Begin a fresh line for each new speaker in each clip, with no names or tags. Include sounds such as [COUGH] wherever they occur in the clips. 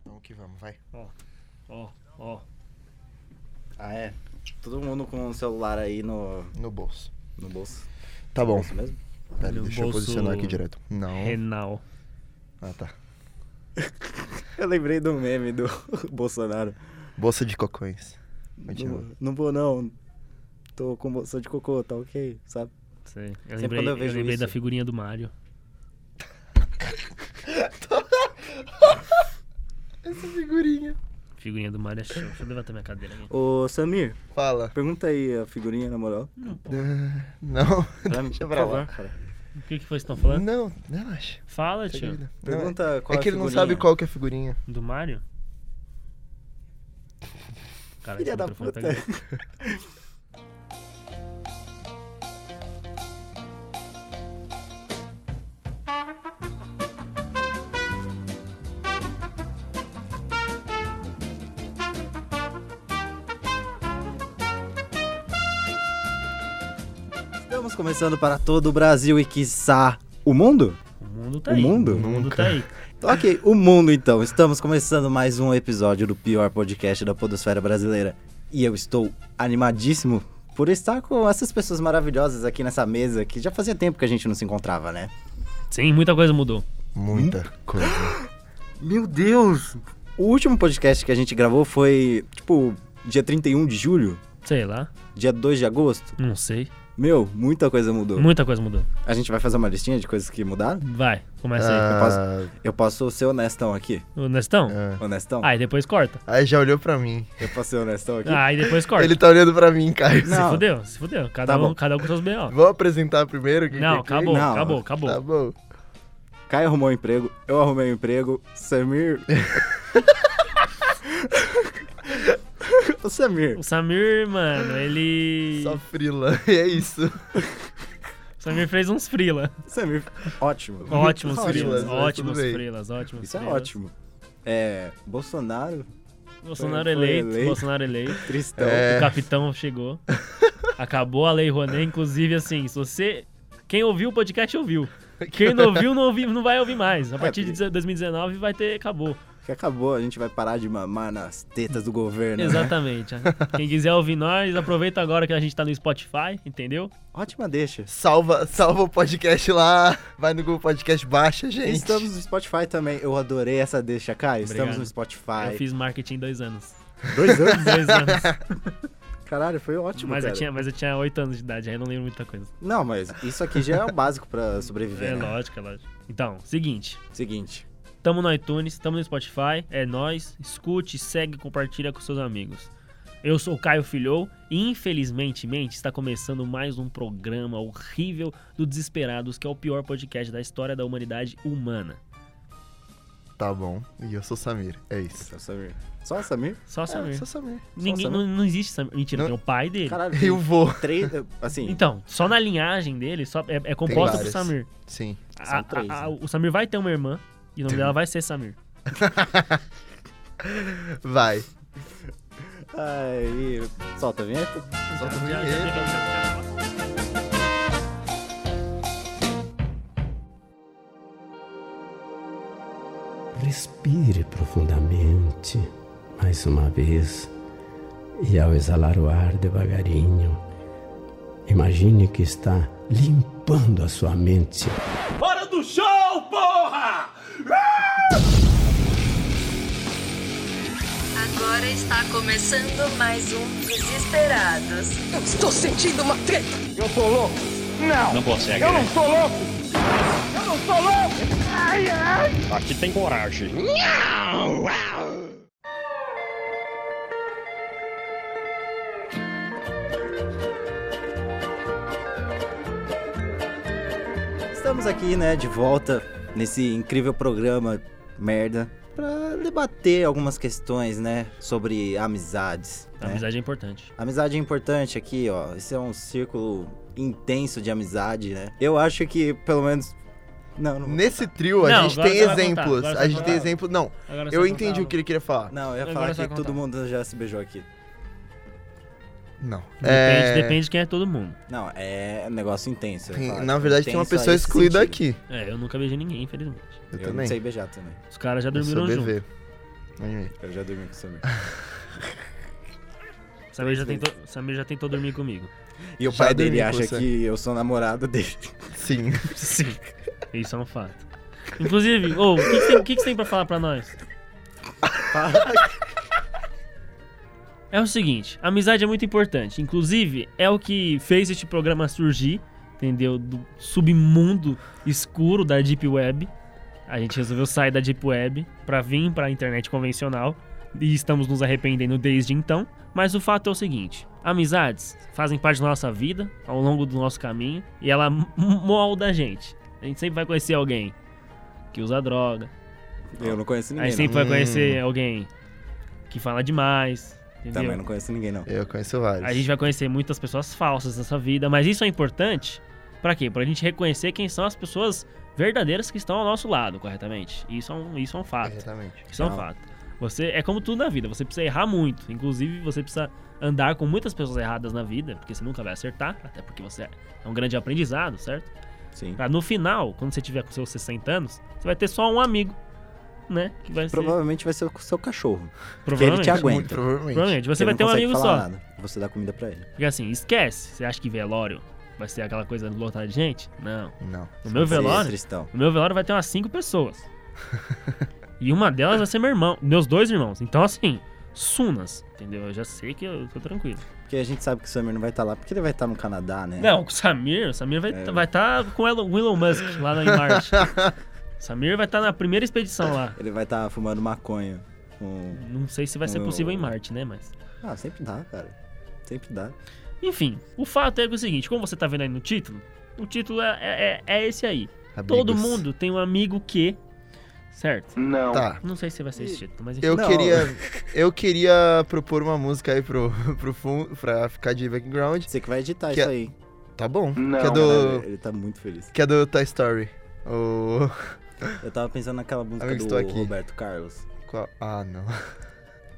Então que vamos, vai.
Ó, ó, ó.
Ah, é. Todo mundo com o celular aí no,
No bolso.
no bolso.
Tá bom.
Isso mesmo?
Pera,
No
deixa eu
bolso-
posicionar aqui direto. Não.
Renal.
Ah, tá.
Eu lembrei do meme do [LAUGHS] Bolsonaro.
Bolsa de cocões. Continua.
Não, não vou, não. Tô com bolsa de cocô, tá ok, sabe?
Sei. Eu
Sempre
lembrei,
quando eu
eu
vejo
lembrei
isso-
da figurinha do Mario.
Essa figurinha.
Figurinha do Mario é show. Deixa eu levantar minha cadeira aqui.
Ô, Samir,
[LAUGHS] Fala.
pergunta aí a figurinha,
[LAUGHS]
na moral.
Ah, Não.
Pra mim,
Deixa
por
pra lá.
favor, cara.
O que, que vocês estão falando?
Não, relaxa.
Fala,
né?
tio.
Tranquilo.
Pergunta
Não, é-
qual
é
é a
que ele não
figurinha.
sabe qual que é a figurinha.
Do Mario? Cara,
Filha da
tá
puta. Estamos começando para todo o Brasil e, quiçá, o mundo?
O mundo tá
O
aí.
mundo?
O mundo
Nunca.
tá aí.
Ok, o mundo então. Estamos começando mais um episódio do pior podcast da podosfera brasileira. E eu estou animadíssimo por estar com essas pessoas maravilhosas aqui nessa mesa, que já fazia tempo que a gente não se encontrava, né?
Sim, muita coisa mudou.
Muita
Hum?
coisa.
Meu Deus! O último podcast que a gente gravou foi, tipo, dia 31 de julho,
Sei lá,
dia 2 de agosto.
não sei.
Meu, muita coisa mudou.
Muita coisa mudou.
A gente vai fazer uma listinha de coisas que mudaram?
Vai, começa
Ah,
Eu posso ser honestão aqui?
aí. Honestão?
É.
ah.
Honestão?
Aí depois corta.
Aí já olhou pra mim.
Eu posso ser honestão aqui?
Aí depois corta.
Ele tá olhando pra mim, Caio.
Não.
Se fudeu, se fudeu. Cada,
Tá
um,
bom.
cada um com seus B.O.
Vou apresentar primeiro? quem
Não,
que é
acabou,
Não.
acabou,
quem?
acabou,
Tá bom.
Caio arrumou um emprego, eu arrumei um emprego, Samir. o Samir.
O Samir, mano, ele.
Só frila. [LAUGHS] E é isso.
O Samir fez uns frila.
Samir. Ótimo.
Ótimos
Ótimo.
frilas,
né?
ótimos
Tudo bem.
frilas, ótimos
Isso é
frilas.
ótimo. É. Bolsonaro,
Bolsonaro
Foi- foi
eleito,
eleito.
Bolsonaro
[LAUGHS]
eleito.
Tristão.
É.
O capitão chegou. Acabou a Lei Rouanet, inclusive assim, se você... Quem ouviu o podcast, ouviu. Quem não ouviu, não, ouvi, não vai ouvir mais. A partir de deze- 2019 vai ter... Acabou.
Que acabou, a gente vai parar de mamar nas tetas do governo. né?
Exatamente. Quem quiser ouvir nós, aproveita agora que a gente tá no Spotify, entendeu?
Ótima deixa.
Salva, salva o podcast lá. Vai no Google Podcast, baixa, gente.
Estamos no Spotify também. Eu adorei essa deixa, Caio. Estamos
Obrigado.
no Spotify.
Eu fiz marketing em dois anos.
Dois anos.
Dois anos.
Caralho, foi ótimo,
mas, eu
cara.
tinha, mas eu tinha oito anos de idade, aí eu não lembro muita coisa.
Não, mas isso aqui já é o básico pra sobreviver.
É
né?
lógico, é lógico. Então, seguinte.
Seguinte.
Tamo no iTunes, tamo no Spotify, é nóis. Escute, segue, compartilha com seus amigos. Eu sou o Caio Filhou e infelizmente, mente, está começando mais um programa horrível do Desesperados, que é o pior podcast da história da humanidade humana.
Tá bom. E eu sou Samir. É isso.
Só o Samir. Só o Samir?
Só Samir.
É, sou Samir.
Ninguém,
Samir.
não, não existe Samir. Mentira,
Não-
tem o pai dele.
Caralho, tem
Eu vou.
três. eh, Assim,
Então, só na linhagem dele, só é, é composta por
várias.
Samir.
Sim.
São
A- a-
três,
a-
né?
O Samir vai ter uma irmã e o nome
Tem.
dela vai ser Samir.
Vai.
aí. Solta a vinheta.
Solta a
Já- já-
vinheta.
já- já- já-
Respire profundamente mais uma vez e ao exalar o ar devagarinho, imagine que está limpando a sua mente.
Agora está começando mais um Desesperados.
Estou sentindo uma treta.
Estamos aqui, né, de volta nesse incrível programa merda pra debater algumas questões, né, sobre amizades.
A
né?
amizade é importante.
Amizade é importante aqui, ó. Esse é um círculo intenso de amizade, né? Eu acho que, pelo menos. Não, não. vou-
Nesse trio, a
Não,
gente
agora
tem
você vai contar,
exemplos.
agora você
A
vai
gente tem
contar.
exemplos. Não,
Agora
eu
você
entendi
contava.
o que ele queria falar.
Não, eu ia
Agora
falar
você
que
vai
todo
contar.
mundo já se beijou aqui.
Não.
Depende,
É,
depende de quem é todo mundo.
Não, é um negócio intenso. eu ia
tem-
falar.
na verdade, tem uma
Intenso a
pessoa
esse
excluída
sentido.
aqui.
É, eu nunca beijei ninguém, infelizmente.
Eu,
Eu, não
também.
sei beijar também.
Os caras já
Eu sou
dormiram junto.
bebê. Anyway.
Eu já dormi com o Samir.
Samir já,
Três
tentou, Samir já tentou dormir comigo.
E o
Já
pai dele
dormi com
acha
você.
que eu sou namorado dele. [LAUGHS]
Sim.
Sim. Isso é um fato. Inclusive, ô, o que, que, você tem- o que que você tem pra falar pra nós? É o seguinte, a amizade é muito importante. Inclusive, é o que fez este programa surgir, entendeu? Do submundo escuro da Deep Web. A gente resolveu sair da Deep Web pra vir pra internet convencional. E estamos nos arrependendo desde então. Mas o fato é o seguinte: amizades fazem parte da nossa vida ao longo do nosso caminho e ela m- molda a gente. A gente sempre vai conhecer alguém que usa droga,
Eu não conheço
Aí
ninguém.
sempre vai
Hum.
conhecer alguém que fala demais,
não.
entendeu?
Também não conheço ninguém, não.
Eu conheço vários.
A gente vai conhecer muitas pessoas falsas nessa vida, mas isso é importante pra quê? Pra gente reconhecer quem são as pessoas verdadeiras que estão ao nosso lado, corretamente. Isso é um, isso é um fato.
Exatamente.
Isso é um
Não.
fato. Você é como tudo na vida, você precisa errar muito. Inclusive, você precisa andar com muitas pessoas erradas na vida, porque você nunca vai acertar, até porque você é um grande aprendizado, certo?
Sim.
É. Pra no final, quando você tiver com seus 60 anos, você vai ter só um amigo, né? Que vai ser
Provavelmente vai ser o seu cachorro.
provavelmente.
te aguenta.
Muito provavelmente.
Provavelmente, você
Ele
vai
não
ter um
consegue
amigo
falar
só.
Nada. Você dá comida pra ele.
Porque assim, esquece. Você acha que velório vai ser aquela coisa lotada de gente? Não.
Não.
No meu
Você é
velório,
Tristão.
no meu velório vai ter umas
[LAUGHS]
cinco pessoas. e uma delas vai ser meu irmão, meus dois irmãos. Então assim, sunas, entendeu? Eu já sei que eu tô tranquilo.
Porque a gente sabe que o Samir não vai estar lá, porque ele vai estar no Canadá,
É.
né?
Não, o Samir, o Samir vai
É.
vai tá com o Elon, o Elon Musk lá na- em
[LAUGHS]
Marte. Samir vai estar na primeira expedição lá.
Ele vai estar fumando maconha. com-
Não sei se vai ser
Eu-
possível em Marte, né, mas
Ah, sempre dá, cara. Sempre dá.
enfim, o fato é que é o seguinte, como você tá vendo aí no título, o título é- é- é esse aí.
Amigos.
Todo mundo tem um amigo que. Certo?
Tá.
Não sei se vai ser esse título, mas enfim.
Eu
Não.
queria, eu queria propor uma música aí pro, [LAUGHS] pro fundo, pra ficar de background.
[LAUGHS] Você que vai editar
Que
isso
é-
aí.
Tá bom. que é do,
Caralho, ele tá muito feliz.
que é do Toy Story. O
Eu tava pensando naquela música
Amigo,
do
estou aqui.
Roberto Carlos.
qual- ah, não.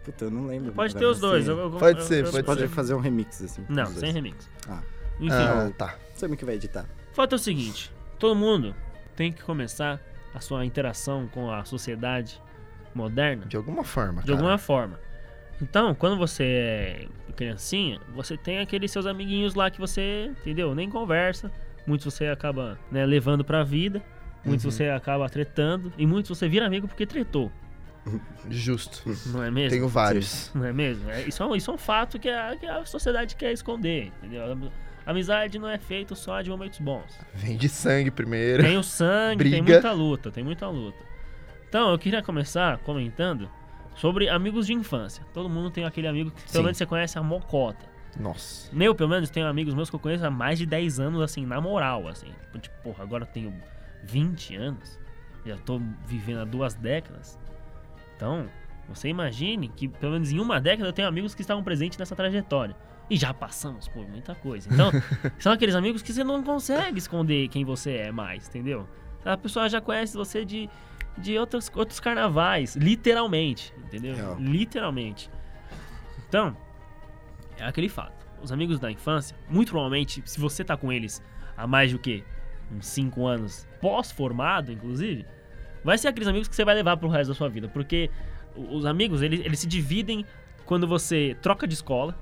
Puta, eu não lembro.
Pode ter
agora,
os dois.
assim.
eu- eu-
Pode
eu-
ser,
eu-
Você
pode
pode
ser.
fazer um remix, assim.
Não,
dos
sem
dois.
remix.
Ah.
Enfim,
Ah, tá.
Samir que vai editar.
o fato é o seguinte: todo mundo tem que começar a sua interação com a sociedade moderna
De alguma forma.
de
cara.
alguma forma. Então, quando você é criancinha, você tem aqueles seus amiguinhos lá que você, entendeu? Nem conversa. Muitos você acaba né, levando pra vida. Muitos você acaba tretando. E muitos você vira amigo porque tretou.
Justo.
Não é mesmo?
Tenho vários.
Não é mesmo? É, isso, é um, isso é um fato que a, que a sociedade quer esconder, entendeu? A amizade não é feita só de momentos bons.
Vem de sangue primeiro.
Tem o sangue, tem
Briga.
muita luta, tem muita luta. Então, eu queria começar comentando sobre amigos de infância. Todo mundo tem aquele amigo que pelo
Sim.
menos você conhece a mocota.
Nossa.
Eu, pelo menos, tenho amigos meus que eu conheço há mais de 10 anos, assim, na moral, assim. Tipo, porra, agora eu tenho 20 anos, já tô vivendo há duas décadas. Então, você imagine que, pelo menos em uma década, eu tenho amigos que estavam presentes nessa trajetória. E já passamos por muita coisa. Então, são aqueles amigos que você não consegue esconder quem você é mais, entendeu? A pessoa já conhece você de, de outros, outros carnavais, literalmente, entendeu?
Real.
Literalmente. Então, é aquele fato. Os amigos da infância, muito provavelmente, se você tá com eles há mais do que uns 5 anos pós-formado, inclusive, vai ser aqueles amigos que você vai levar pro resto da sua vida. Porque o- os amigos, eles, eles se dividem quando você troca de escola.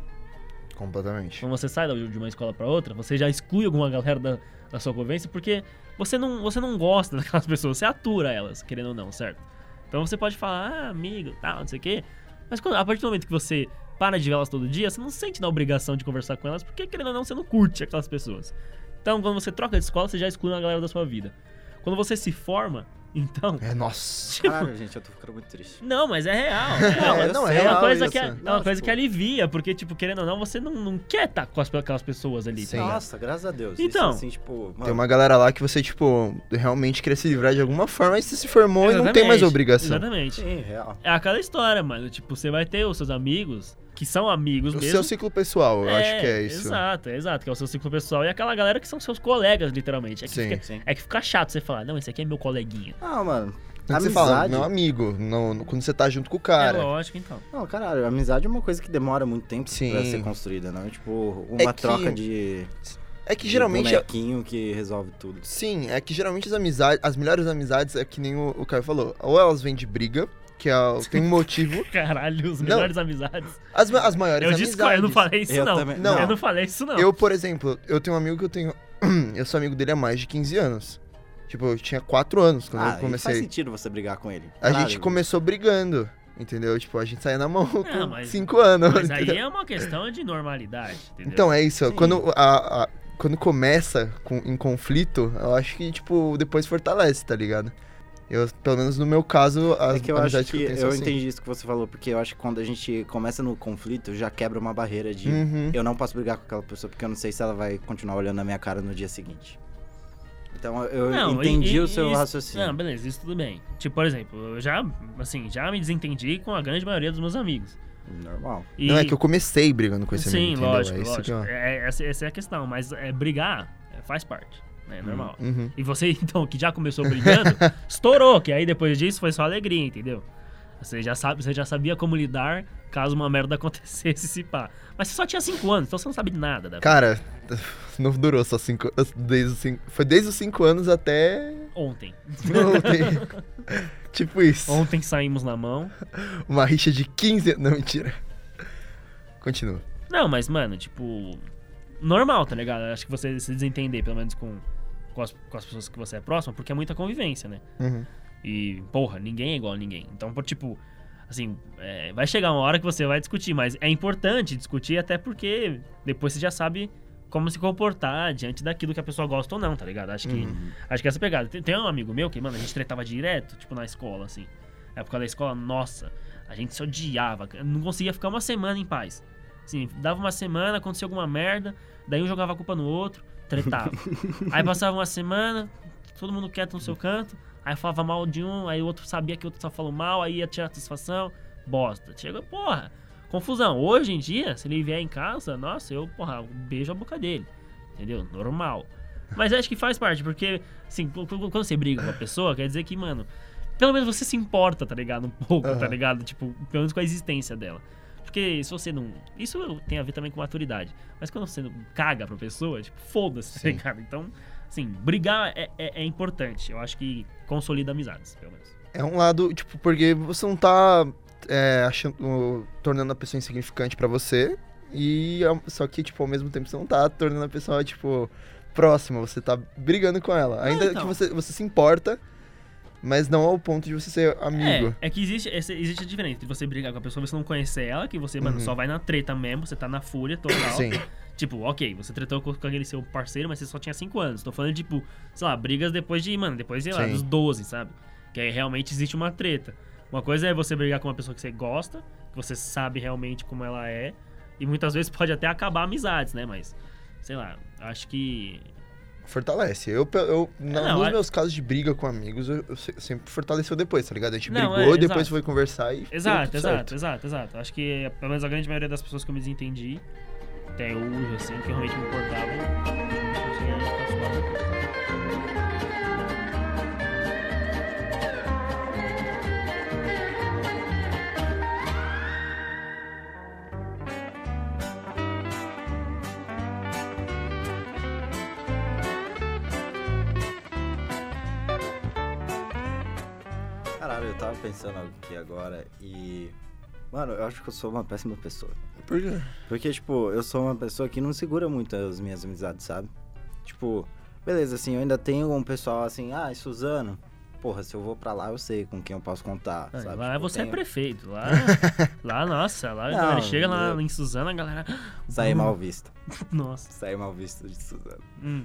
Completamente.
Quando você sai da- de uma escola pra outra, você já exclui alguma galera da, da sua convivência, porque você não, você não gosta [LAUGHS] daquelas pessoas, você atura elas, querendo ou não, certo? Então você pode falar, ah, amigo, tal, não sei o quê. Mas quando- a partir do momento que você para de vê-las todo dia, você não se sente na obrigação de conversar com elas, porque querendo ou não, você não curte aquelas pessoas. Então, quando você troca de escola, você já exclui uma galera da sua vida. Quando você se forma,
[LAUGHS]
então.
É, nossa.
Caralho, gente, eu tô ficando muito triste.
Não, mas é real. É, real,
É,
mas
não,
é,
é
uma
real
coisa,
isso.
que, é uma
Não,
coisa
tipo-
que alivia, porque, tipo, querendo ou não, você não, não quer estar com as- aquelas pessoas ali.
Sim.
tá ligado?
Nossa, graças a Deus.
Então.
Isso, assim, tipo, mano,
Tem uma galera lá que você, tipo, realmente quer se livrar de alguma forma, aí você se formou e não tem mais
Exatamente,
obrigação.
Exatamente.
Sim, real.
É aquela história, mano. Tipo, você vai ter os seus amigos, que são amigos
O
mesmo.
seu ciclo pessoal, eu acho que é isso.
Exato, é exato. Que é o seu ciclo pessoal. E aquela galera que são seus colegas, literalmente. É que,
Sim.
fica,
Sim.
é que fica chato você falar, não, esse aqui é meu coleguinha.
Ah, mano.
Quando É você fala, meu amigo, no- no- quando você tá junto com o cara.
É lógico, então.
Não, caralho, amizade é uma coisa que demora muito tempo
Sim.
pra ser construída, não é tipo
É
uma
que-
troca de,
É que
de
geralmente.
bonequinho que resolve tudo.
Sim, é que geralmente as amizades, as melhores amizades é que nem o, o Caio falou. Ou elas vêm de briga, que é, o- tem um motivo.
Caralho, os
Não.
melhores amizades.
As, ma- as maiores
Eu
amizades.
disse que eu não falei isso,
Eu
não.
também-
Não.
Eu não falei isso, não.
Eu, por exemplo, eu tenho um amigo que eu tenho. [CLEARS THROAT] Eu sou amigo dele há mais de 15 anos. Tipo, eu tinha 4 anos quando
Ah,
eu
e faz
comecei.
sentido você brigar com ele.
A
Claro.
né?
gente começou brigando, entendeu? Tipo, a gente saía na mão com
Ah, mas-
5 anos.
Mas aí
entendeu?
é uma questão de normalidade, entendeu?
Então, é isso.
Sim.
Quando, a- a- quando começa com- em conflito, eu acho que, tipo, depois fortalece, tá ligado? Eu, pelo menos no meu caso, as
É que eu acho
amizades
que
eu tenho
eu
são assim.
entendi isso que você falou, porque eu acho que quando a gente começa no conflito, já quebra uma barreira de
Uhum.
eu não posso brigar com aquela pessoa porque eu não sei se ela vai continuar olhando na minha cara no dia seguinte. Então eu
Não,
entendi
e-
o
e-
seu
isso-
raciocínio.
Não, beleza, isso tudo bem. Tipo, por exemplo, eu já, assim, já me desentendi com a grande maioria dos meus amigos.
Normal.
E-
Não, é que eu comecei brigando com esse
Sim,
amigo, entendeu?
lógico,
é isso
lógico.
que eu...
É- é- essa, essa é a questão, mas é, brigar é, faz parte, né? É normal.
Uhum.
E você, [LAUGHS] então, que já começou brigando, estourou, que aí depois disso foi só alegria, entendeu? Você já, sabe, você já sabia como lidar caso uma merda [LAUGHS] acontecesse e se pá. Mas você só tinha 5 anos, então você não sabe de nada. Da...
Cara, [SIGHS] não durou só cinco desde os cinco, Foi desde os 5 anos até
Ontem.
ontem. [LAUGHS] tipo isso.
Ontem saímos na mão.
Uma rixa de 15... Não, mentira. Continua.
Não, mas, mano, tipo. Normal, tá ligado? Acho que você se desentender, pelo menos com, com, as, com as pessoas que você é próximo, porque é muita convivência, né?
Uhum.
E, porra, ninguém é igual a ninguém. Então, por, tipo, assim, é, vai chegar uma hora que você vai discutir, mas é importante discutir até porque depois você já sabe como se comportar diante daquilo que a pessoa gosta ou não, tá ligado? Acho que, acho que é essa pegada. Tem, tem um amigo meu que, mano, a gente tretava direto, tipo, na escola, assim. Na época da escola, nossa, a gente se odiava, cara, não conseguia ficar uma semana em paz. Assim, dava uma semana, acontecia alguma merda, daí um jogava a culpa no outro, tretava. Aí passava uma semana, todo mundo quieto no seu canto, aí falava mal de um, aí o outro sabia que o outro só falou mal, aí ia tirar satisfação, bosta. Chega, porra, confusão. Hoje em dia, se ele vier em casa, nossa, eu, porra, beijo a boca dele, entendeu? Normal. Mas acho que faz parte, porque, assim, qu- qu- quando você briga com a pessoa, quer dizer que, mano, pelo menos você se importa, tá ligado? Um pouco, tá
Aham.
ligado? Tipo, pelo menos com a existência dela. Porque se você não. Isso tem a ver também com maturidade. Mas quando você não caga pra pessoa, tipo, foda-se, tá ligado? Então, assim, brigar é, é, é importante. Eu acho que consolida amizades, pelo menos.
É um lado, tipo, porque você não tá é, achando, tornando a pessoa insignificante pra você, e ao- só que, tipo, ao mesmo tempo você não tá tornando a pessoa, tipo, próxima, você tá brigando com ela. Ainda
então.
que você, você se importa, mas não ao ponto de você ser amigo.
É, é que existe, esse- existe a diferença entre você brigar com a pessoa, você não conhecer ela, que você, mano,
Uhum.
só vai na treta mesmo, você tá na fúria total.
Sim.
Tipo, ok, você tretou com, com aquele seu parceiro, mas você só tinha 5 anos. Tô falando, tipo, sei lá, brigas depois de, mano, depois, sei lá,
Sim.
dos 12, sabe? Que aí realmente existe uma treta. Uma coisa é você brigar com uma pessoa que você gosta, que você sabe realmente como ela é, e muitas vezes pode até acabar amizades, né? Mas, sei lá, acho que.
Fortalece. Eu, pe- eu na-
Não,
nos
é-
meus casos de briga com amigos, eu, eu se- sempre fortaleceu depois, tá ligado? A gente
Não,
brigou,
é,
depois
exato.
foi conversar e. deu
Exato,
tudo
exato,
certo.
exato, exato. Acho que, pelo menos a grande maioria das pessoas que eu me desentendi, até hoje, assim, que realmente me importava, eu tinha ficar suave.
Caralho, eu tava pensando aqui agora e. Mano, eu acho que eu sou uma péssima pessoa.
Por quê?
Porque, tipo, eu sou uma pessoa que não segura muito as minhas amizades, sabe? Tipo, beleza, assim, eu ainda tenho um pessoal assim, ah, e Suzano. Porra, se eu vou pra lá, eu sei com quem eu posso contar,
Ah,
sabe?
lá
Tipo,
você
tenho-
é prefeito.
[LAUGHS]
Lá, lá nossa, lá a
Não,
galera chega lá
eu-
em Suzana, a galera. "Ah,
Saí mal visto.
Nossa.
Saí mal visto de Suzano.
hum.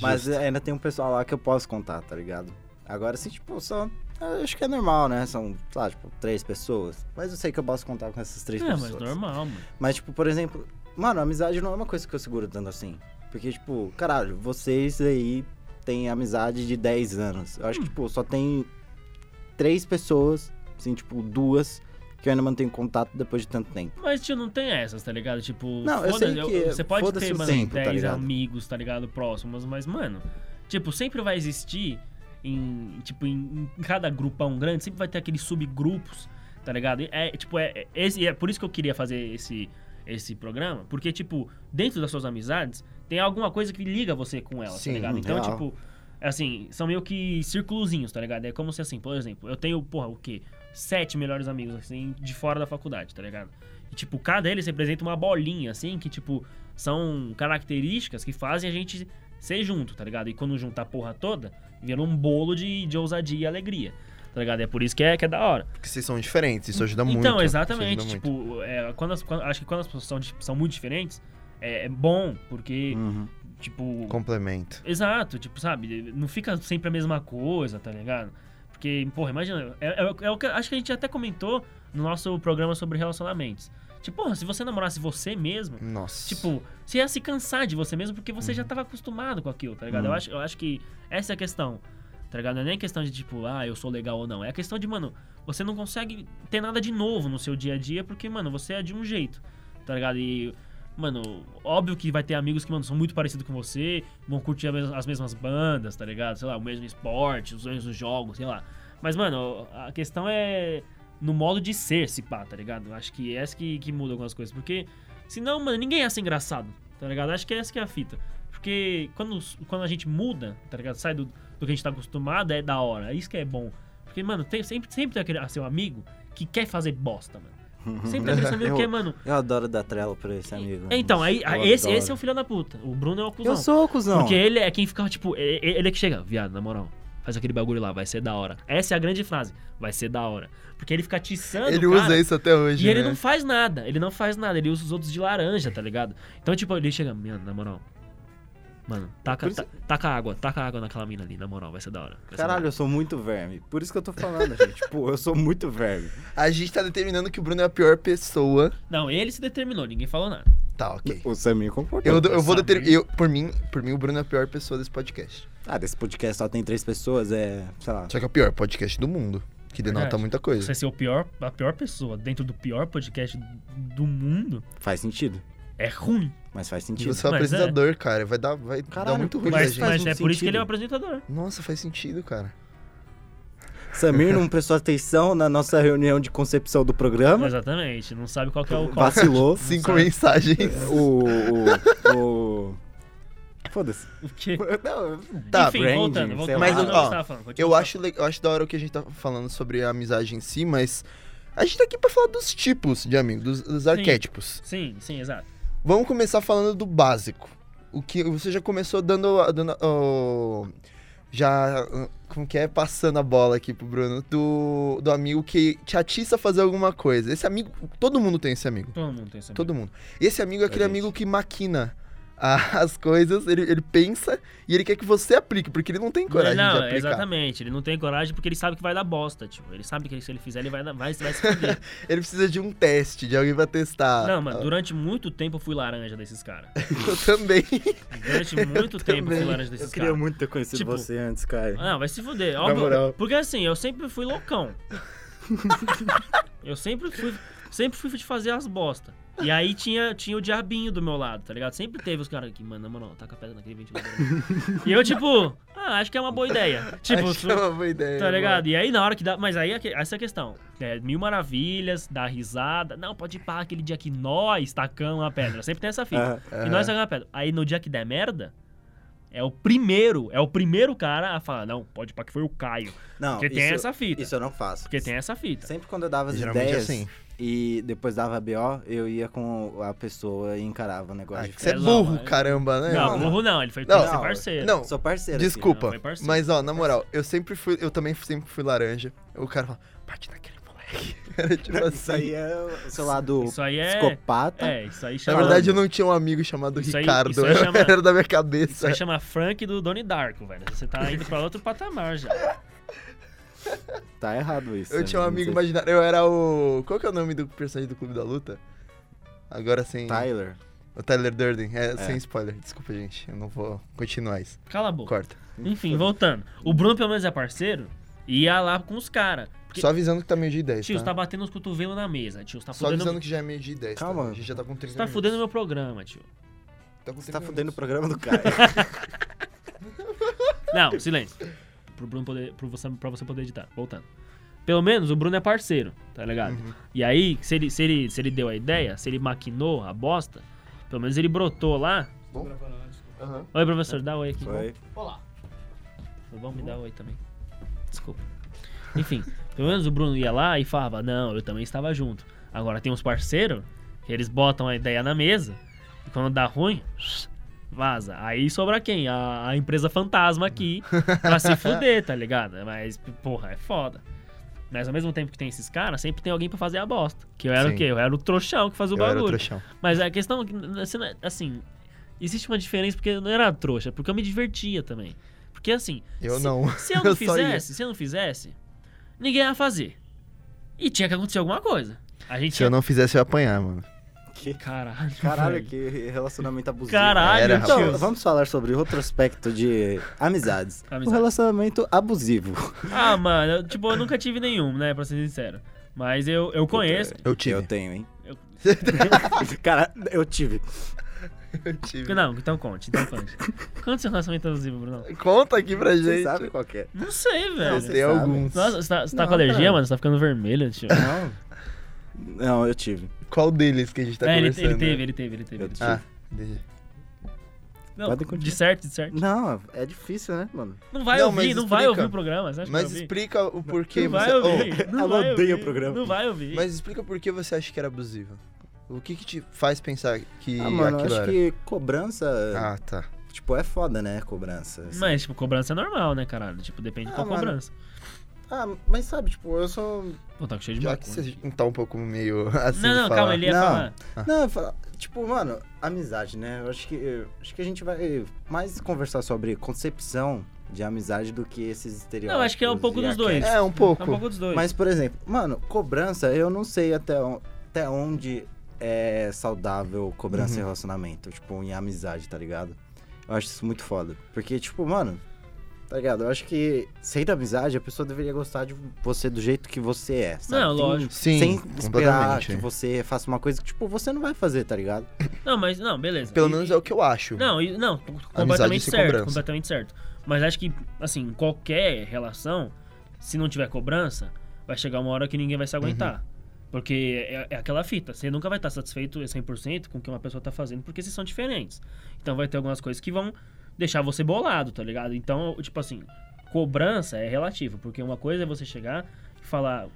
Mas ainda tem um pessoal lá que eu posso contar, tá ligado? Agora, assim, tipo, só. eu Acho que é normal, né? São, sei lá, tipo, três pessoas. Mas eu sei que eu posso contar com essas três
É, mas
pessoas.
normal, mano.
Mas, tipo, por exemplo, mano, amizade não é uma coisa que eu seguro tanto assim. Porque, tipo, caralho, vocês aí têm amizade de 10 anos. Eu
Hum.
acho que, tipo, só tem três pessoas, assim, tipo, duas, que eu ainda mantenho contato depois de tanto tempo.
Mas, tio, não tem essas, tá ligado? Tipo,
Não, eu
foda-se,
sei que
você pode
foda-se
ter,
o
mano,
tempo, tá
10
ligado?
amigos, tá ligado? Próximos, mas, mano, tipo, sempre vai existir em, tipo, em, em cada grupão grande, sempre vai ter aqueles subgrupos, tá ligado? É, tipo, é, é, esse, é por isso que eu queria fazer esse, esse programa, porque, tipo, dentro das suas amizades, tem alguma coisa que liga você com elas,
Sim,
tá ligado? Então,
real.
tipo, assim, são meio que circulozinhos, tá ligado? É como se, assim, por exemplo, eu tenho, porra, o quê? sete melhores amigos, assim, de fora da faculdade, tá ligado? E, tipo, cada eles representa uma bolinha, assim, que, tipo, são características que fazem a gente ser junto, tá ligado? E quando juntar a porra toda, vira um bolo de, de ousadia e alegria, tá ligado? É por isso que é, que é da hora.
Porque vocês são diferentes, isso ajuda muito.
Então,
isso
exatamente.
ajuda muito.
Tipo, é, quando as- quando- acho que quando as pessoas são, tipo, são muito diferentes, é, é bom, porque,
Hum.
Uhum.
tipo.
Complemento.
Exato, tipo, sabe? Não fica sempre a mesma coisa, tá ligado? Porque, porra, imagina. É, é- é o que acho que a gente até comentou no nosso programa sobre relacionamentos. Tipo, porra, se você namorasse você mesmo,
Nossa.
Tipo, você ia se cansar de você mesmo porque você já tava acostumado com aquilo, tá ligado? Eu, acho, eu acho que essa é a questão, tá ligado? Não é nem questão de tipo, ah, eu sou legal ou não. É a questão de, mano, você não consegue ter nada de novo no seu dia a dia porque, mano, você é de um jeito, tá ligado? E, mano, óbvio que vai ter amigos que, mano, são muito parecidos com você, vão curtir a mes- as mesmas bandas, tá ligado? Sei lá, o mesmo esporte, os mesmos jogos, sei lá. Mas, mano, a questão é no modo de ser, se pá, tá ligado? Eu Acho que é essa que, que muda algumas coisas. Porque Senão, mano, ninguém ia ser engraçado, tá ligado? Acho que essa que é a fita. Porque quando, os- quando a gente muda, tá ligado? Sai do, do que a gente tá acostumado, é da hora. É Isso que é bom. Porque, mano, tem- sempre, sempre tem aquele a seu amigo que quer fazer bosta, mano. Sempre tem aquele seu amigo que é, mano.
Eu adoro dar trela pra esse amigo.
É, Então, aí,
Eu
esse,
adoro.
esse é o filho da puta. O Bruno é o cuzão.
Eu sou o cuzão.
Porque ele é quem ficava, tipo, e- e- ele é que chega, viado, na moral. Faz aquele bagulho lá, vai ser da hora. Essa é a grande frase, vai ser da hora. Porque ele fica tiçando.
ele
o cara,
usa isso até hoje.
e ele
né?
não faz nada, ele não faz nada, ele usa os outros de laranja, tá ligado? Então, tipo, ele chega, mano, na moral. Mano, taca,
Por isso-
ta- taca água, taca água naquela mina ali, na moral, vai ser da hora. vai ser da
Caralho,
hora.
eu sou muito verme. Por isso que eu tô falando, gente. Pô, eu sou muito verme.
A gente tá determinando que o Bruno é a pior pessoa.
Não, ele se determinou, ninguém falou nada.
Tá, ok.
O Samir comportou.
Eu, eu vou
saber.
determinar. Eu, por, mim, por mim, o Bruno é a pior pessoa desse podcast.
Ah, desse podcast só tem três pessoas, é. Sei lá.
Só que é o pior podcast do mundo. Que denota
É Verdade.
muita coisa.
Você ser o pior, a pior pessoa dentro do pior podcast do mundo
Faz sentido.
é ruim.
Mas faz
E
sentido.
Você é um
Mas
apresentador, cara. Vai dar, vai
Caralho,
dar muito ruim pra
Mas,
gente.
mas
um
é por isso que
sentido.
ele é o apresentador.
Nossa, faz sentido, cara.
Samir não prestou atenção na nossa reunião de concepção do programa.
Exatamente, não sabe qual que é o qual.
Vacilou.
Cinco
sabe.
mensagens.
o. O. o... Foda-se.
[LAUGHS] O quê?
Não,
Tá,
Enfim,
branding,
voltando,
sei
lá.
voltando.
Mas,
Não, não,
ó,
você tava falando,
[LAUGHS]
continua
Eu acho, le- eu acho da hora o que a gente tá falando sobre a amizade em si, mas a gente tá aqui pra falar dos tipos de amigo, dos, dos arquétipos.
Sim, sim, exato.
Vamos começar falando do básico. O que você já começou dando, a- dando a- o- já ah, como que é passando a bola aqui pro Bruno do, do amigo que te atiça a fazer alguma coisa. Esse amigo, todo mundo tem esse amigo.
Todo mundo tem essa
Todo mundo. Esse amigo é aquele
A gente.
amigo que maquina a- as coisas, ele, ele pensa e ele quer que você aplique, porque ele não tem coragem
não,
de aplicar.
exatamente. Ele não tem coragem porque ele sabe que vai dar bosta, tipo. Ele sabe que se ele fizer, ele vai, dar- vai, vai se fuder.
[LAUGHS] Ele precisa de um teste, de alguém pra testar. [LAUGHS]
não, mano, durante muito tempo eu fui laranja desses caras.
Eu
[LAUGHS]
também.
Tipo,
[LAUGHS]
Durante muito tempo eu fui laranja
Eu
desses
queria
caras.
muito ter conhecido
Tipo-
você antes, cara.
Não, vai se fuder.
Na
Óbvio,
moral.
porque assim, eu sempre
[LAUGHS]
fui loucão. eu sempre fui, sempre fui de fazer as bosta. E aí tinha, tinha o diabinho do meu lado, tá ligado? Sempre teve os caras que, mano, na moral, taca a pedra naquele ventilador.
[LAUGHS]
e eu, tipo, ah, acho que é uma boa ideia. Tipo,
Acho que é uma boa ideia.
Tá ligado? E aí na hora que dá. Mas aí é que- essa é a questão. É, mil maravilhas, dá risada. Não, pode ir pá, aquele dia que nós tacamos a pedra. Sempre tem
[LAUGHS]
essa fita.
Ah,
aham.
E nós tacamos a pedra. Aí no dia que der merda, é o primeiro, é o primeiro cara a falar, não, pode ir pá que foi o Caio.
não,
Porque tem essa fita.
Isso eu não faço.
Porque tem essa fita.
Sempre quando eu dava as
Geralmente
ideias
assim.
e depois dava BO, eu ia com a pessoa e encarava o negócio.
Ah,
de
que você é
Não,
burro,
é-
caramba, né?
Não,
não.
burro não, ele foi
Não,
tem que ser
não,
parceiro.
não.
Sou parceiro.
Desculpa.
Não, foi parceiro.
mas, ó, na moral, eu sempre fui. Eu também sempre fui laranja. O cara fala, parte daquele moleque. [LAUGHS] Era tipo
Assim.
assim.
Isso aí é o seu lado
Isso aí é.
psicopata.
É, isso aí
Na
chama.
verdade, eu não tinha um amigo chamado
Isso aí-
Ricardo.
isso
[LAUGHS]
aí chama-
Era da minha
Isso
cabeça.
aí é chama Frank do Donnie Darko, velho. Você tá indo pra outro patamar já.
Tá errado isso.
Eu tinha um
não
amigo
sei.
imaginário. Eu era o. Qual que é o nome do personagem do Clube da Luta? Agora sem.
Tyler.
O Tyler Durden. É, sem spoiler. Desculpa, gente. Eu não vou continuar isso.
Cala a boca.
Corta.
Enfim, voltando. O Bruno, pelo menos, é parceiro e ia lá com os caras. Porque,
Só avisando que tá meio de 10.
tio, você tá
tá?
batendo os cotovelos na mesa, tio. Você tá
Só avisando
fudendo,
que já é meio de 10. tá?
Calma.
A gente já tá com 30
você tá fudendo meu programa, tio.
Tá com
Você tá
30
fudendo o
minutos.
programa [LAUGHS] do cara.
Não, silêncio. Pro Bruno poder, pro você, pra você poder editar. Voltando. Pelo menos o Bruno é parceiro, tá ligado?
Uhum.
E aí, se ele, se, ele, se ele deu a ideia, se ele maquinou a bosta, pelo menos ele brotou lá.
Aham.
Oi, professor, dá oi aqui.
Foi.
Tá
Vamos me dar oi também. Desculpa. Enfim, pelo menos o Bruno ia lá e falava, não, eu também estava junto. Agora tem uns parceiros que eles botam a ideia na mesa e quando dá ruim, vaza. Aí sobra quem? A, a empresa fantasma aqui
[LAUGHS]
pra se fuder, tá ligado? Mas, porra, é foda. Mas ao mesmo tempo que tem esses caras, sempre tem alguém pra fazer a bosta. Que eu era
Sim.
o quê? Eu era o trouxão que fazia o
Eu era o
bagulho.
trouxão.
Mas a questão é que, você não é- assim, existe uma diferença porque eu não era trouxa, porque eu me divertia também. Porque assim,
Eu
se,
não.
se eu
[LAUGHS]
não
Eu só ia.
fizesse, se eu não fizesse, ninguém ia fazer. E tinha que acontecer alguma coisa. A gente
Se eu não fizesse, eu ia apanhar, mano.
Caralho.
[LAUGHS] Caralho,
velho.
que relacionamento abusivo.
Caralho,
Era,
Então,
tio.
vamos falar sobre outro aspecto de amizades.
Amizade.
O relacionamento abusivo.
Ah, mano, eu, tipo, eu nunca tive nenhum, né, pra ser sincero. Mas eu, eu conheço.
Eu tive.
Eu tenho, hein? [LAUGHS]
Eu-
Cara, eu tive.
Eu tive.
[LAUGHS] Não, então conte, então conte. Conte seu relacionamento abusivo, Bruno.
[LAUGHS] Conta aqui pra
Você
gente.
sabe qual que é.
Não sei,
Eu
velho.
tenho
sabe.
alguns.
Nossa, você tá, você tá
Não,
com alergia,
cara.
mano? Você tá ficando vermelho, tio.
Não, eu tive.
Qual deles que a gente tá
é, ele,
conversando?
ele teve, ele teve, ele teve.
Eu
ele teve.
Ah, entendi.
Não,
Pode continuar.
de certo, de certo.
Não, é difícil, né, mano?
Não vai
Não,
ouvir,
mas
não vai
explica.
ouvir o programa. Você
Mas
acha que vai ouvir?
explica o porquê
não vai
você.
ouvir. Não
Ela
vai
odeia
ouvir,
o programa.
Não vai
Oh,
ouvir.
mas explica por que você acha que era abusivo. O que que te faz pensar que
ah, mano,
aquilo
eu acho
era?
que cobrança,
Ah, tá.
tipo, é foda, né, cobrança. assim.
Mas, tipo, cobrança é normal, né, caralho? Tipo, depende de
Ah,
qual
mano.
cobrança.
Ah, mas sabe, tipo, eu sou...
Pô, tá cheio de
Já que
maconha.
você tá um pouco meio [LAUGHS] assim
Não,
de
não,
falar.
calma, ele é ia
Não.
falar.
Ah.
Não, eu falo, tipo, mano, amizade, né? Eu acho que, acho que a gente vai mais conversar sobre concepção de amizade do que esses estereótipos.
Não, acho que é um pouco
e
dos dois.
É, um
É
pouco.
um pouco dos dois.
Mas, por exemplo, mano, cobrança, eu não sei até, on- até onde é saudável cobrança
Uhum.
em relacionamento, tipo, em amizade, tá ligado? Eu acho isso muito foda. Porque, tipo, mano, tá ligado? Eu acho que, sendo amizade, a pessoa deveria gostar de você do jeito que você é, sabe?
Não,
Tem-
lógico.
Sim,
Sem esperar tipo,
completamente.
que você faça uma coisa que, tipo, você não vai fazer, tá ligado?
Não, mas não, beleza.
Pelo
E-
menos
e-
é o que eu acho.
Não, e- não, completamente
sem
certo,
cobrança.
completamente certo. Mas acho que assim, qualquer relação, se não tiver cobrança, vai chegar uma hora que ninguém vai se aguentar.
Uhum.
Porque é, é aquela fita, você nunca vai estar satisfeito 100% com o que uma pessoa tá fazendo, porque vocês são diferentes. Então vai ter algumas coisas que vão deixar você bolado, tá ligado? Então, tipo assim, cobrança é relativo, porque uma coisa é você chegar e falar.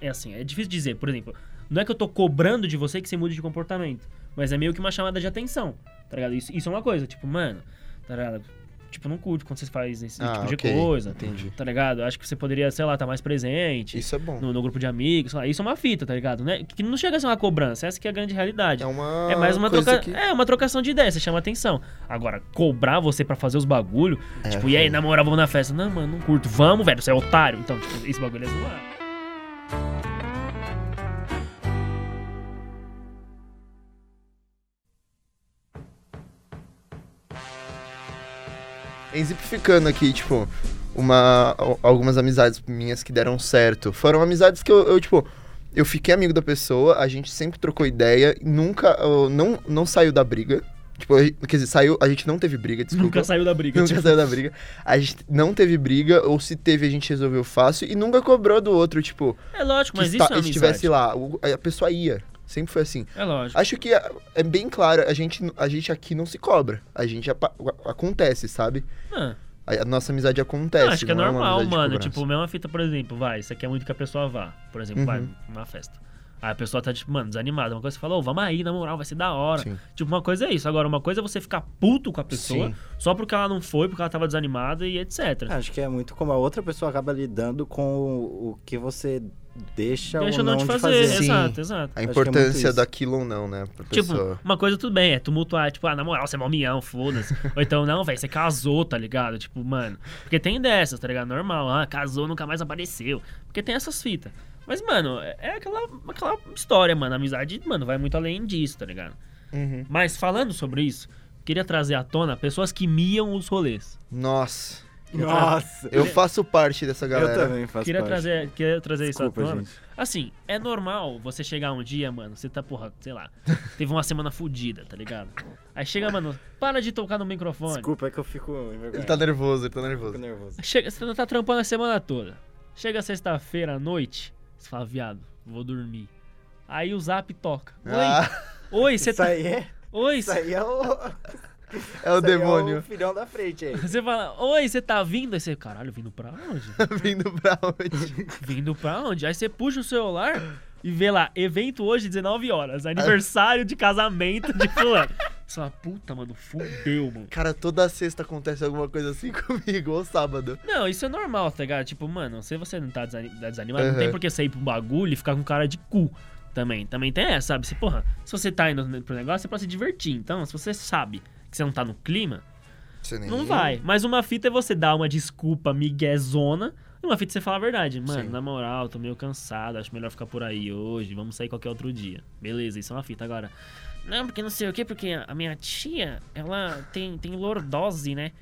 É assim, é difícil dizer, por exemplo, não é que eu tô cobrando de você que você mude de comportamento, mas é meio que uma chamada de atenção, tá ligado? Isso, isso é uma coisa, tipo, mano, tá ligado? Tipo, não curto quando vocês fazem esse
Ah,
tipo de
ok,
coisa,
entendi.
tá ligado? Acho que você poderia, sei lá, estar mais presente
Isso é bom.
no, no grupo de amigos, sei lá. Isso é uma fita, tá ligado? Né? Que não chega a ser uma cobrança, essa que é a grande realidade.
É uma
É mais uma,
coisa
troca...
que-
é uma trocação de ideias, você chama atenção. Agora, cobrar você pra fazer os bagulho,
É,
tipo, e aí, na moral, vamos na festa. Não, mano, não curto. Vamos, velho, você é otário. Então, tipo, esse bagulho é zoado.
é exemplificando aqui, tipo, uma, al- algumas amizades minhas que deram certo. Foram amizades que eu, eu, tipo, eu fiquei amigo da pessoa, a gente sempre trocou ideia, nunca, eu não, não saiu da briga. Tipo, a gente- quer dizer, saiu, a gente não teve briga, desculpa.
Nunca saiu da briga.
Nunca
tipo,
saiu da briga. A gente não teve briga, ou se teve, a gente resolveu fácil e nunca cobrou do outro, tipo,
É lógico,
que
mas
esta-
isso é amizade.
estivesse lá. o- A pessoa ia. Sempre foi assim.
É lógico.
Acho que é é bem claro, a gente, a gente aqui não se cobra. A gente apa- acontece, sabe?
Ah,
A, a nossa amizade acontece.
não, acho que é
não uma
normal,
amizade de
mano.
cobrança.
Tipo, mesma fita, por exemplo, vai, você quer muito que a pessoa vá. Por exemplo,
Uhum.
vai numa festa. Aí a pessoa tá, tipo, mano, desanimada. Uma coisa você fala, ô, vamos aí, na moral, vai ser da hora.
Sim.
Tipo, uma coisa é isso. Agora, uma coisa é você ficar puto com a pessoa
Sim.
só porque ela não foi, porque ela tava desanimada e etc.
Acho que é muito como a outra pessoa acaba lidando com o, o que você deixa,
Deixa
ou
eu
não,
não te
de
fazer.
Então, fazer.
Exato,
A
exato.
acho que é muito
importância
isso.
daquilo ou não, né? Pra
Tipo,
pessoa.
uma coisa tudo bem, é tumultuar, tipo, ah, na moral, você é mó
[LAUGHS]
mião, foda-se. Ou então, não, velho, você casou, tá ligado? Tipo, mano. Porque tem dessas, tá ligado? Normal, ah, casou, nunca mais apareceu. Porque tem essas fitas. Mas, mano, é é aquela, aquela história, mano. A amizade, mano, vai muito além disso, tá ligado?
Uhum.
Mas falando sobre isso, queria trazer à tona pessoas que miam os rolês.
Nossa.
Nossa,
Eu faço parte dessa
eu
galera.
também faço
Queria
parte.
trazer, queria trazer isso à
Desculpa,
tona.
gente.
Assim, é normal você chegar um dia, mano, você tá, porra, sei
[LAUGHS]
lá, teve uma semana fodida, tá ligado? Aí chega, mano, para de tocar no microfone.
Desculpa, é que eu fico envergonhado.
Ele tá nervoso, ele tá
Fico
nervoso.
nervoso.
Chega, você tá trampando a semana toda. Chega sexta-feira à noite, você fala, viado, vou dormir. Aí o zap toca. Oi,
Ah,
oi, você
[LAUGHS] Isso
tá.
aí é,
Oi, [LAUGHS]
isso aí é o...
É o
Isso aí É
demônio
[LAUGHS] o filhão da frente aí.
Você fala, oi, você tá vindo? Aí você, caralho, vindo pra onde?
vindo pra onde?
Vindo pra onde? Aí você puxa o celular e vê lá, evento hoje, 19 horas, aniversário de casamento de fulano. Você fala, puta, mano, fudeu, mano.
Cara, toda sexta acontece alguma coisa assim [LAUGHS] comigo, ou sábado.
Não, isso é normal, tá ligado? Tipo, mano, se você não tá desani- tá desanimado, não
Uhum.
tem por que sair pro um bagulho e ficar com cara de cu. Também, também tem essa, sabe? Se, porra, se você tá indo pro negócio, é pra se divertir. Então, se você sabe que você não tá no clima,
Você nem...
não [LAUGHS] vai. Mas uma fita é você dar uma desculpa miguezona. e Uma fita é você falar a verdade. Mano,
Sim.
na moral, tô meio cansado, acho melhor ficar por aí hoje, vamos sair qualquer outro dia. Beleza, isso é uma fita agora. Não, porque não sei o quê, porque a minha tia, ela tem, tem lordose, né?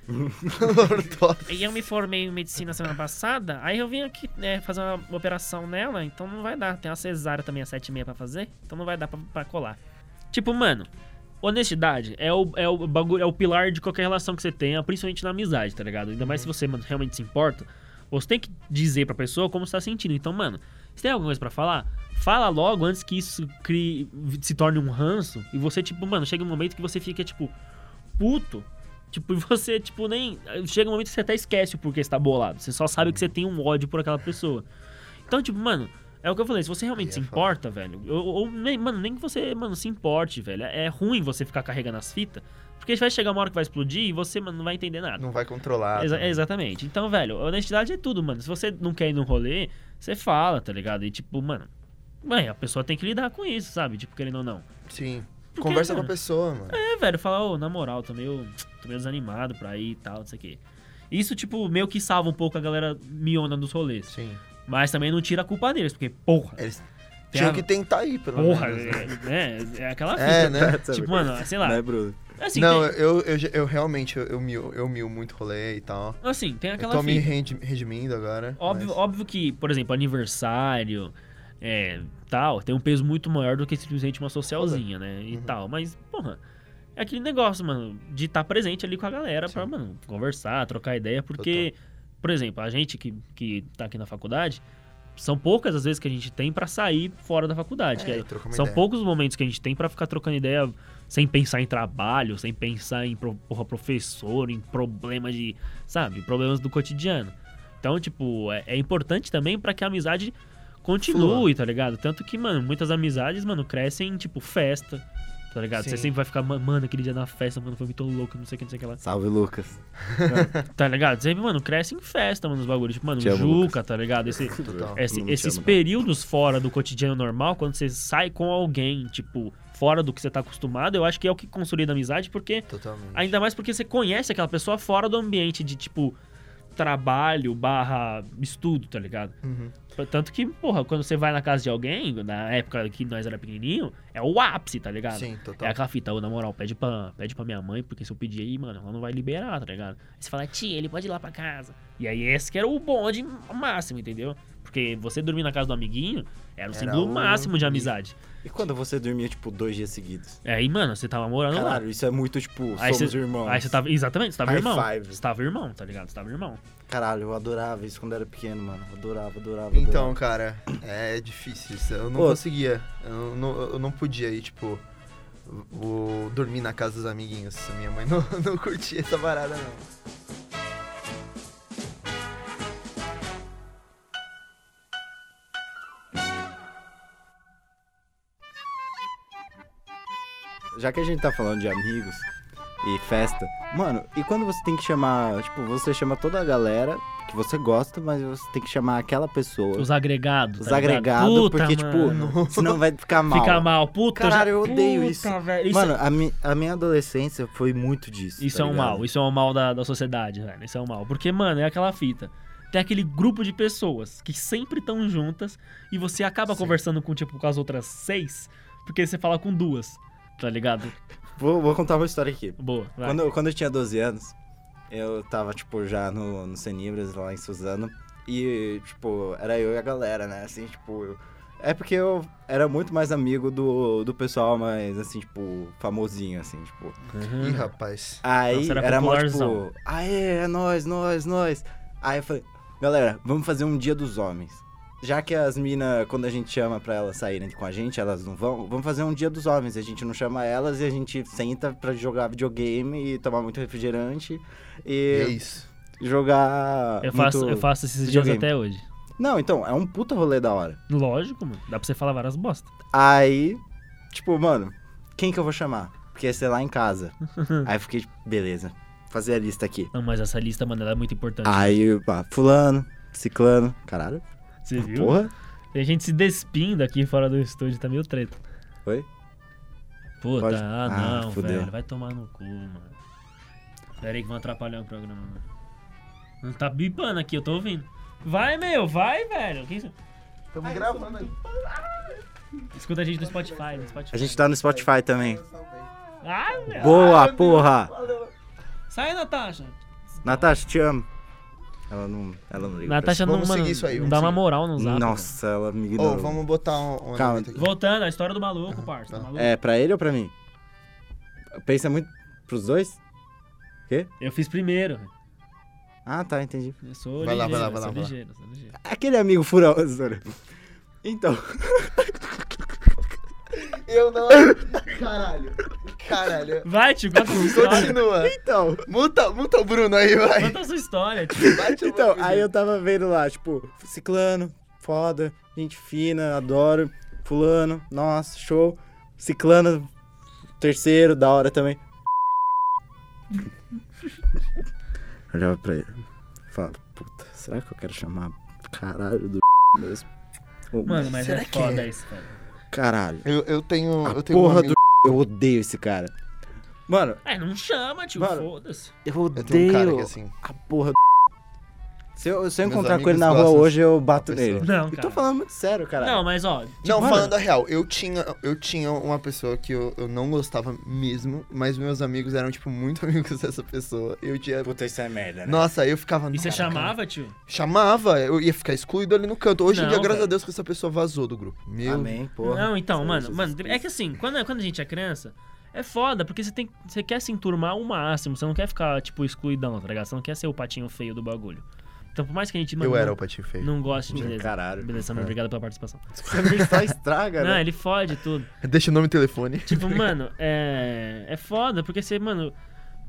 Lordose.
E eu me formei em medicina semana passada, aí eu vim aqui né, fazer uma operação nela, então não vai dar. Tem uma cesárea também às sete e meia pra fazer, então não vai dar pra, pra colar. Tipo, mano, honestidade é o, é, o bagulho, é o pilar de qualquer relação que você tenha, principalmente na amizade, tá ligado? Ainda mais se você mano, realmente se importa, você tem que dizer pra pessoa como você tá sentindo. Então, mano, se tem alguma coisa pra falar, fala logo antes que isso crie, se torne um ranço e você, tipo, mano, chega um momento que você fica, tipo, puto Tipo, [LAUGHS] e você, tipo, nem. Chega um momento que você até esquece o porquê você tá bolado. Você só sabe que você tem um ódio por aquela pessoa. Então, tipo, mano, é o que eu falei, se você realmente
Aí
se
é
importa, velho, ou, ou nem, mano, nem que você, mano, se importe, velho. É ruim você ficar carregando as fitas, porque vai chegar uma hora que vai explodir e você, mano, não vai entender nada.
Não vai controlar. né?
Exa-
também.
exatamente. Então, velho, honestidade é tudo, mano. Se você não quer ir no rolê, você fala, tá ligado? E tipo, mano, mãe, a pessoa tem que lidar com isso, sabe? Tipo, querendo ou não.
Sim. Conversa com a
mano?
pessoa, mano.
É, velho, falar, ô, na moral, tô meio, tô meio desanimado pra ir e tal, não sei o quê. Isso, tipo, meio que salva um pouco a galera miona dos rolês.
Sim. É,
Mas também não tira a culpa deles, porque, porra,
Eles
Tem
tinham
a-
que tentar ir, pelo
porra,
menos. né?
é, é, é [LAUGHS] aquela fita.
É, né?
Tipo, mano, sei lá.
Né, Bruno?
Assim,
não,
tem,
eu, eu, já- eu realmente, eu, eu mio, eu mio muito rolê e tal.
assim, tem
Eu
aquela
tô me
fita.
rendi- redimindo agora.
Óbvio,
né? mas-
óbvio que, por exemplo, aniversário, é, tal, tem um peso muito maior do que simplesmente uma socialzinha, né? E
Uhum.
tal. Mas, porra, é aquele negócio, mano, de estar presente ali com a galera pra,
Sim.
mano, conversar, trocar ideia, porque, por exemplo, a gente que, que tá aqui na faculdade, são poucas as vezes que a gente tem pra sair fora da faculdade. que
É,
é-
e troca uma
são
ideia.
poucos momentos que a gente tem pra ficar trocando ideia sem pensar em trabalho, sem pensar em pro- porra, professor, em problemas de, sabe, problemas do cotidiano. Então, tipo, é, é importante também pra que a amizade continue, tá ligado? Tanto que, mano, muitas amizades, mano, crescem em, tipo, festa, tá ligado? Você
Sim.
sempre vai ficar, "Ma- mano, aquele dia na festa, mano, foi muito louco, não sei o que, não sei o que lá.
Salve, Lucas.
Tá ligado? Sempre, mano, cresce em festa, mano, os bagulhos. Tipo, mano,
Te amo,
Juca, tá ligado? Esse,
Total.
esse-
Não te
esses
amo, não.
períodos fora do cotidiano normal, quando você sai com alguém, tipo, fora do que você tá acostumado, eu acho que é o que consolida a amizade, porque.
Totalmente.
Ainda mais porque você conhece aquela pessoa fora do ambiente de, tipo, trabalho barra estudo, tá ligado?
Uhum.
Tanto que, porra, quando você vai na casa de alguém, na época que nós era pequenininho, é o ápice, tá ligado?
Sim,
É
total.
aquela fita, ô, na moral, pede pra, pede pra minha mãe, porque se eu pedir aí, mano, ela não vai liberar, tá ligado? Aí você fala, tia, ele pode ir lá pra casa. E aí esse que era o bonde máximo, entendeu? Porque você dormir na casa do amiguinho era
Era
o símbolo
o-
máximo de amizade.
E quando você dormia, tipo, dois dias seguidos?
Aí, mano, você tava morando lá.
Caralho, isso é muito, tipo,
Aí
somos
você-
irmãos.
Aí você tá- tava. Exatamente, você tava
High
irmão.
five.
Você tava irmão, tá ligado? Você tava irmão.
Caralho, eu adorava isso quando era pequeno, mano. Adorava, adorava,
Então,
adorava.
cara, é difícil isso. Eu não
Ô.
conseguia. Eu não, eu não podia ir, tipo, o- dormir na casa dos amiguinhos. Minha mãe [LAUGHS] não, não curtia essa parada, não.
Já que a gente tá falando de amigos e festa, mano, e quando você tem que chamar, tipo, você chama toda a galera que você gosta, mas você tem que chamar aquela pessoa.
Os agregados.
Os
tá ligado?
agregados,
Puta,
porque,
mano.
tipo, senão vai ficar mal.
Fica mal, puta.
Caralho, eu
já-
odeio
puta,
isso.
velho, isso, é-
Mano, a, mi- a minha adolescência foi muito disso.
isso
tá
é um
ligado?
mal, isso é um mal da, da sociedade, velho. Isso é um mal. Porque, mano, é aquela fita. Tem aquele grupo de pessoas que sempre estão juntas e você acaba conversando com, tipo, com as outras seis, porque você fala com duas, tá ligado?
Vou, vou contar uma história aqui.
Boa. vai.
Quando, quando eu tinha 12 anos, eu tava, tipo, já no, no Cenibras, lá em Suzano. E, tipo, era eu e a galera, né? Assim, tipo. eu- É porque eu era muito mais amigo do, do pessoal mais, assim, tipo, famosinho, assim, tipo.
Uhum.
Ih, rapaz.
Aí
Nossa, era
era, mó,
Então popularzão.
tipo, aê, é nós, nós, nós. Aí eu falei, galera, vamos fazer um dia dos homens. já que as minas, quando a gente chama pra elas saírem com a gente, elas não vão, vamos fazer um dia dos homens. A gente não chama elas e a gente senta pra jogar videogame e tomar muito refrigerante
É
e
isso.
jogar.
Eu faço,
muito-
eu faço esses dias
videogame.
até hoje.
Não, então, é um puta rolê da hora.
Lógico, mano. Dá pra você falar várias bosta.
Aí, tipo, mano, quem que eu vou chamar? Porque ia ser lá
[LAUGHS]
em casa. Aí eu fiquei, tipo, beleza, fazer a lista aqui.
Não, mas essa lista, mano, ela é muito importante.
Aí, pá, fulano, ciclano, caralho,
você viu?
porra.
Tem gente se despindo aqui fora do estúdio, tá meio treta.
Oi?
Puta,
Pode-
ah,
Ah,
não,
fudeu.
velho. Vai tomar no cu, mano. Pera aí que vão atrapalhar o programa, mano. Não tá bipando aqui, eu tô ouvindo. Vai, meu, vai, velho. Que isso?
Estamos gravando aí.
Escuta a gente no Spotify, no Spotify.
A gente tá no Spotify também.
Ah, meu.
Boa, porra!
Sai, Natasha.
Natasha, te amo. Ela não, ela não liga. pra
Natasha não,
Vamos
mano,
seguir isso aí,
não
vamos
dá uma
seguir.
moral no
isso.
zap. velho.
Nossa, ela me
Ô,
ignorou.
vamos botar um. um
Calma.
elemento aqui.
Voltando, a história do maluco, parça. Tá
tá.
maluco?
É, pra ele ou pra mim? Pensa muito pros dois?
Eu fiz primeiro. velho.
Ah, tá, entendi.
Eu sou
Vai lá, vai
ligeiro,
lá, vai
sou
lá, vai lá.
ligeiro, sou ligeiro.
Aquele amigo furão. [LAUGHS] zoeira. Então, [LAUGHS]
Eu não. [LAUGHS] Caralho. Caralho.
Vai, tio, conta a sua história.
Continua.
então.
Muta, muta o Bruno aí, vai.
Conta a sua história, tio.
Bate o
Então,
bagulho.
aí eu tava vendo lá, tipo, ciclano, foda, gente fina, adoro, fulano, nossa, show. Ciclano, terceiro, da hora também. [LAUGHS] Olhava pra ele. Fala, puta, será que eu quero chamar caralho do [LAUGHS] mesmo? Ô,
Mano, mas
Será
é
que
foda
é?
isso, cara.
Caralho.
Eu, eu tenho.
A
eu tenho um
porra
amigo-
do [LAUGHS] eu odeio esse cara. Mano,
É, não chama, tio,
Mano,
foda-se.
eu
Eu
odeio
tenho um cara que assim.
a porra do Se eu, se eu
Meus
encontrar com
amigos
ele na rua
gostam
hoje, eu bato
pessoa.
nele.
Não,
Eu tô
cara.
falando muito sério, cara.
Não, mas ó.
Não,
mano.
falando a real, eu tinha, eu tinha uma pessoa que eu, eu não gostava mesmo, mas meus amigos eram, tipo, muito [LAUGHS] amigos dessa pessoa. Eu tinha.
Puta, isso é merda, né?
Nossa, aí eu ficava.
E você
"Caraca,
chamava, tio?
Chamava, eu ia ficar excluído ali no canto. Hoje em
Não,
dia, graças
velho.
a Deus, que essa pessoa vazou do grupo. Meu.
Amém, porra.
Não, então,
Senhor
mano,
Jesus
mano,
Cristo.
é que assim, quando, quando a gente é criança, é foda, porque você tem você quer se enturmar ao máximo, você não quer ficar, tipo, excluidão, tá ligado? Você não quer ser o patinho feio do bagulho. Então, por mais que a gente, mano,
eu era o
não,
patinho feio.
não goste de beleza.
Caralho.
Beleza, mano, obrigado pela participação.
Você me só
[LAUGHS]
estraga,
Não,
né?
ele fode tudo.
Deixa o nome e telefone.
Tipo, mano, é. É foda, porque você, mano.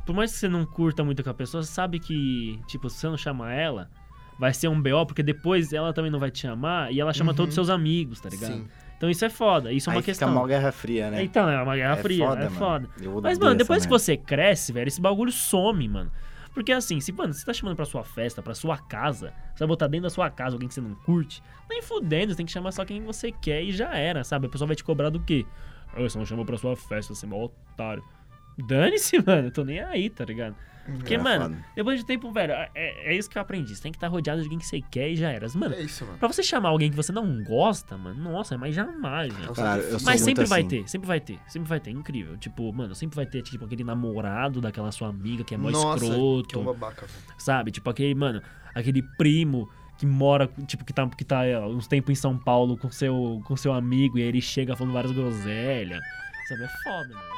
Por mais que você não curta muito com a pessoa, você sabe que, tipo, se você não chamar ela, vai ser um BO, porque depois ela também não vai te chamar e ela chama todos os seus amigos, tá ligado?
Sim.
Então isso é foda, isso é uma
Uhum. Aí
questão.
Fica mal Guerra Fria, né?
Então, é uma guerra fria, é foda.
Eu odeio
Mas, mano,
essa
depois que
merda.
você cresce, velho, esse bagulho some, mano. Porque assim, se, mano, você tá chamando pra sua festa, pra sua casa, você vai botar dentro da sua casa alguém que você não curte, nem fudendo, você tem que chamar só quem você quer e já era, sabe? A pessoa vai te cobrar do quê? Ah, você não chamou pra sua festa, você é mó otário. Dane-se, [LAUGHS] mano, eu tô nem aí, tá ligado? Porque,
É
mano,
foda.
depois de tempo, velho, é, é isso que eu aprendi. Você tem que estar rodeado de alguém que você quer e já era. Mano,
É isso, mano.
pra você chamar alguém que você não gosta, mano, nossa, mas jamais, velho.
Cara, eu sou
Mas
muito
sempre vai
assim.
ter, sempre vai ter, sempre vai ter, incrível. Tipo, mano, sempre vai ter, tipo, aquele namorado daquela sua amiga que é mó
Nossa,
escroto,
que é um babaca. velho.
sabe? Tipo, aquele, mano, aquele primo que mora, tipo, que tá, que tá é, uns tempos em São Paulo com seu, com seu amigo e aí ele chega falando várias groselhas. Sabe, é foda, mano.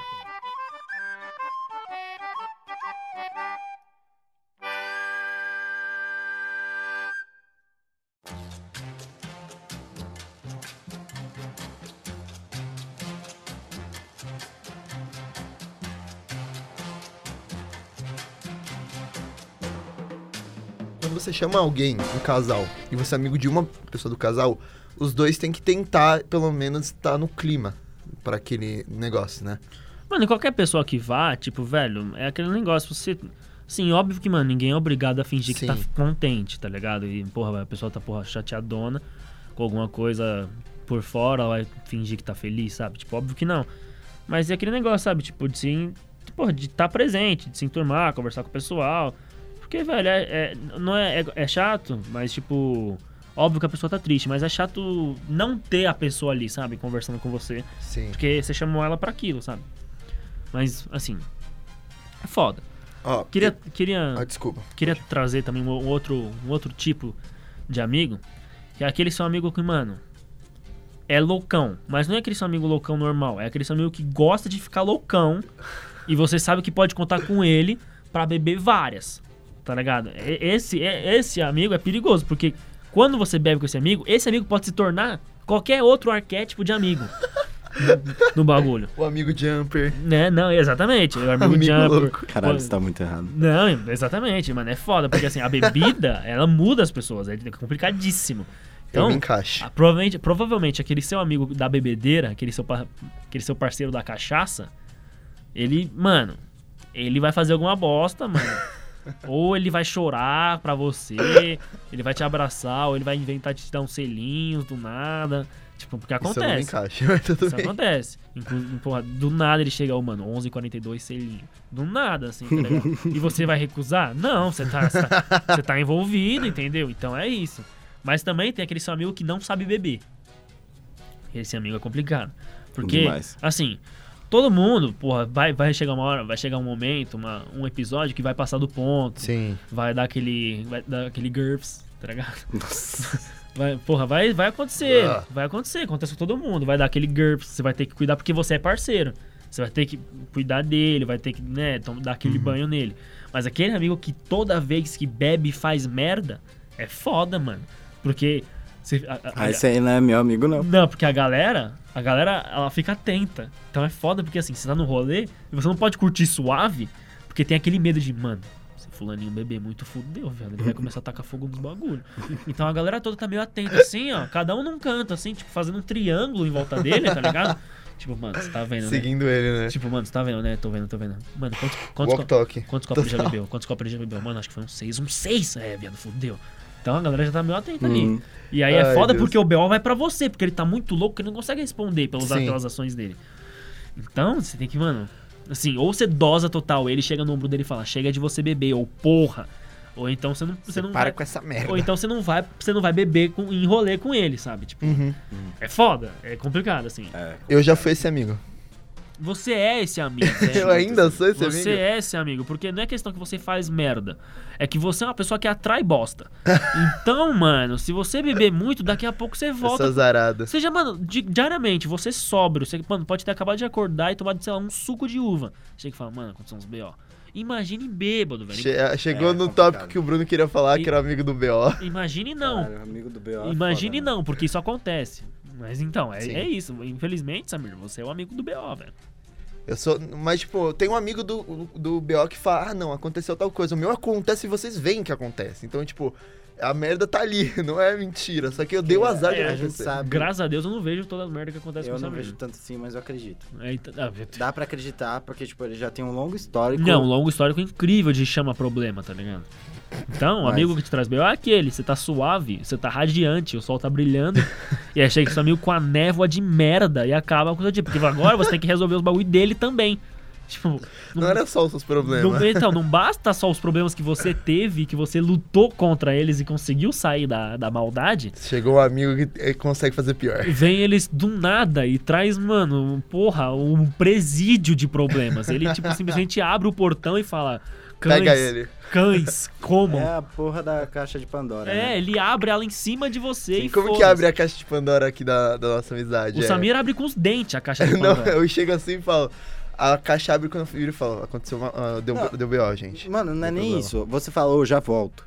Quando você chama alguém, um casal, e você é amigo de uma pessoa do casal, os dois têm que tentar, pelo menos, estar no clima pra aquele negócio, né?
Mano, e qualquer pessoa que vá, tipo, velho, é aquele negócio, você. Sim, óbvio que, mano, ninguém é obrigado a fingir que
Sim.
tá contente, tá ligado? E, porra, a pessoa tá, porra, chateadona com alguma coisa por fora, ela vai fingir que tá feliz, sabe? Tipo, óbvio que não. Mas é aquele negócio, sabe? Tipo, de se. Porra, de estar presente, de se enturmar, conversar com o pessoal. Porque, velho, é, é- não é, é, é chato, mas, tipo. Óbvio que a pessoa tá triste, mas é chato não ter a pessoa ali, sabe? Conversando com você.
Sim.
Porque você chamou ela pra aquilo, sabe? Mas, assim. É foda.
Ó,
Queria,
e- Ah,
queria,
desculpa.
queria trazer também um outro, um outro tipo de amigo. Que é aquele seu amigo que, mano. É loucão. Mas não é aquele seu amigo loucão normal. É aquele seu amigo que gosta de
[LAUGHS]
ficar loucão. E você sabe que pode contar com ele pra beber várias. Tá ligado? E- Esse, é- esse amigo é perigoso, porque Quando você bebe com esse amigo, esse amigo pode se tornar qualquer outro arquétipo de
[LAUGHS]
amigo no- no bagulho.
O amigo Jumper.
Né? Não, exatamente. O amigo,
Amigo
Jumper.
louco.
Caralho, isso tá muito
[LAUGHS]
errado.
Não, exatamente, mano. É foda, porque assim,
[LAUGHS]
a bebida, ela muda as pessoas. É complicadíssimo.
Então,
Então,
eu me encaixo.
ah, provavelmente, provavelmente aquele seu amigo da bebedeira, aquele seu, pa- aquele seu parceiro da cachaça, ele, mano, ele vai fazer alguma
[LAUGHS]
bosta, mano. ou ele vai chorar pra você, ele vai te abraçar, ou ele vai inventar de te dar uns selinhos do nada. Tipo, porque
Isso eu não me
acontece.
encaixo, [LAUGHS] mas tudo
Isso
bem.
acontece. Inclusive, porra, do nada ele chega, ô, mano, 11h42 selinho. Do nada, assim, tá ligado? E você vai recusar? Não, você tá, você tá, você tá envolvido, entendeu? Então é isso. Mas também tem aquele seu amigo que não sabe beber. Esse amigo é complicado. Porque,
Demais.
assim, todo mundo, porra, vai, vai chegar uma hora, vai chegar um momento, uma- um episódio que vai passar do ponto.
Sim.
Vai dar aquele. Vai dar aquele GURPS, tá ligado? Vai, porra, vai, vai acontecer.
Ah.
Vai acontecer, acontece com todo mundo. Vai dar aquele GURPS, você vai ter que cuidar porque você é parceiro. Você vai ter que cuidar dele, vai ter que, né, tom- dar aquele banho nele. Mas aquele amigo que toda vez que bebe faz merda, é foda, mano. Porque. Você, a- a-
Ah, esse aí não é meu amigo, não.
não, porque a galera, a galera, ela fica atenta. Então é foda, porque assim, você tá no rolê e você não pode curtir suave, porque tem aquele medo de, mano, se fulaninho beber muito, fudeu, velho. Ele vai começar a tacar fogo nos bagulho. Então a galera toda tá meio atenta, assim, ó, cada um num canto, assim, tipo, fazendo um triângulo em volta dele, tá ligado? Tipo, mano, você tá vendo, né?
Seguindo ele, né?
Tipo, mano, você tá vendo, né? Tô vendo, tô vendo. Mano, quantos, quantos,
Walk
co-
talk.
Quantos copos ele já bebeu? Quantos copos ele já bebeu? Mano, acho que foi um 6, um 6. É, viado, fudeu. Então a galera já tá meio atenta
Uhum.
Hum.
ali. E aí é
Ai,
foda
Deus.
porque o BO vai pra você, porque ele tá muito louco que ele não consegue responder pelas,
Sim.
pelas ações dele. Então, você tem que, mano. Assim, ou você dosa total, ele chega no ombro dele e fala, chega de você beber, ou porra. Ou então você não. Você não
Para
vai,
com essa merda.
ou então você não vai, você não vai beber com, em rolê com ele, sabe? Tipo,
Uhum.
é foda, é complicado, assim.
Eu já fui esse amigo.
Você é esse amigo. né?
[LAUGHS] Eu ainda sou esse
você
amigo.
é esse amigo, porque não é questão que você faz merda. É que você é uma pessoa que atrai bosta. então, mano, se você beber muito, daqui a pouco você
Eu sou
volta.
azarado.
Seja, mano, di- diariamente, você sóbrio. Você, mano, pode ter acabado de acordar e tomado, sei lá, um suco de uva. Chega e fala, mano, aconteceu uns B.O. Imagine bêbado, velho.
Che- Chegou
É,
no
complicado.
tópico que o Bruno queria falar,
E-
que era amigo do BO.
Imagine não.
Caralho, amigo do BO é
Imagine
foda, né?
não, porque isso acontece. Mas então, é,
Sim.
é isso. Infelizmente, Samir, você é o amigo do B.O., velho.
Eu sou. Mas, tipo, tem um amigo do, do BO que fala, ah, não, aconteceu tal coisa. O meu acontece e vocês veem que acontece. Então, tipo, a merda tá ali, [LAUGHS] não é mentira. Só que eu dei o azar de
é, a
acontecer.
gente sabe.
Graças a Deus eu não vejo toda a merda que acontece
Eu
com o
não
Samir.
vejo tanto assim, mas eu acredito.
É, então- ah,
Dá pra acreditar, porque, tipo, ele já tem um longo histórico.
Não, um longo histórico incrível de chama problema, tá ligado? Então, o
Mas-
amigo que te traz B.O. é aquele, você tá suave, você tá radiante, o sol tá brilhando, e aí chega esse amigo com a névoa de merda e acaba com o seu dia. Porque agora você tem que resolver os bagulho dele também. Tipo,
Não era só os seus problemas.
não- então, não basta só os problemas que você teve, que você lutou contra eles e conseguiu sair da, da maldade.
Chegou um amigo que eh, consegue fazer pior.
Vem eles do nada e traz, mano, porra, um presídio de problemas. Ele,
[LAUGHS]
tipo, simplesmente abre o portão e fala. Cães,
Pega ele.
cães comam.
É a porra da caixa de Pandora.
É,
né?
ele abre ela em cima de você e
[LAUGHS] Como que
foda-se.
abre a caixa de Pandora aqui da, da nossa amizade?
O
É.
Samir é abre com os dentes
[LAUGHS]
a caixa de
Não,
Pandora.
eu chego assim e falo. A caixa abre quando eu viro e falo, aconteceu uma. ah, deu,
Não.
deu BO, gente.
Mano, não é
Tem
nem
problema.
isso. Você falou, já volto.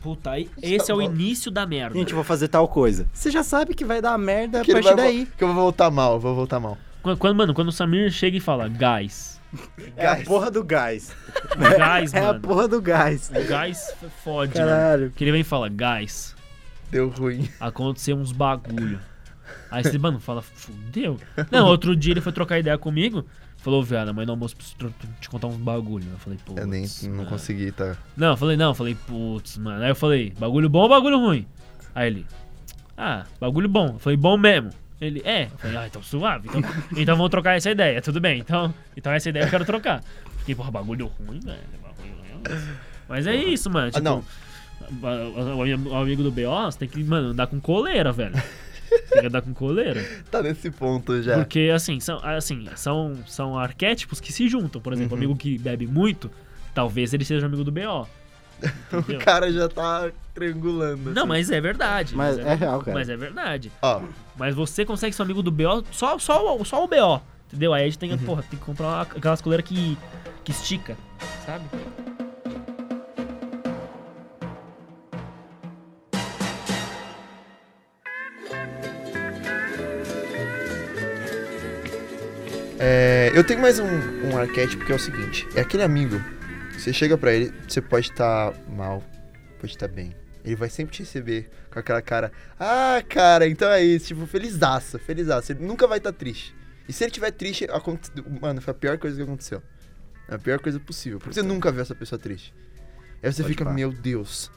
Puta, aí esse é o início da merda.
Gente, eu vou fazer tal coisa. Você já sabe que vai dar merda a
Que, ele
partir
vai vo-
daí.
que eu vou voltar mal, vou voltar mal.
Quando, quando- mano, quando o Samir chega e fala
[LAUGHS]
gás.
É a porra do gás.
Gás,
É a
mano.
porra do gás.
O gás f- fode, mano.
Caralho.
Que ele vem e fala gás.
Deu ruim. [LAUGHS]
aconteceu uns bagulho. Aí você, mano, fala, fudeu. Não, outro dia ele foi trocar ideia comigo. Falou, viado, mas no almoço preciso tro- te contar uns bagulho. Eu falei, putz.
Eu nem não
mano.
consegui, tá?
Não, eu falei, não, eu falei, putz, mano. Aí eu falei, bagulho bom ou bagulho ruim? Aí ele, ah, bagulho bom. Eu falei, bom mesmo. Ele, é. Eu falei, ah, então suave.
[LAUGHS]
Então, então vamos trocar essa ideia, tudo bem. Então, então essa ideia eu quero trocar. Fiquei, porra, bagulho ruim, velho. Bagulho ruim. é isso. Mas é isso, mano.
Ah,
Tipo,
não.
o- O o amigo do BO, você tem que, mano, andar com coleira, velho. Tem que andar
[LAUGHS]
com coleira.
Tá nesse ponto já.
Porque, assim, são, assim são, são arquétipos que se juntam. Por exemplo, o
Uhum.
amigo que bebe muito, talvez ele seja amigo do BO.
[LAUGHS] O
entendeu?
cara já tá triangulando.
Não,
assim.
mas é verdade.
Mas é real, cara.
Mas é verdade.
Ó,
Mas você consegue ser amigo do BO, só, só, o- só o BO, entendeu? Aí a gente tem,
Uhum.
que, porra, tem que comprar uma- aquelas coleiras que, que estica, sabe?
É, eu tenho mais um, um arquétipo que é o seguinte: é aquele amigo. Você chega pra ele, você pode estar mal, pode estar bem. Ele vai sempre te receber com aquela cara. Ah, cara, então é isso. Tipo, felizaça, felizaça. Ele nunca vai estar triste. E se ele tiver triste, aconte... mano, foi a pior coisa que aconteceu. É a pior coisa possível. Porque você nunca viu essa pessoa triste. Aí você
Pode
fica,
pá.
meu Deus.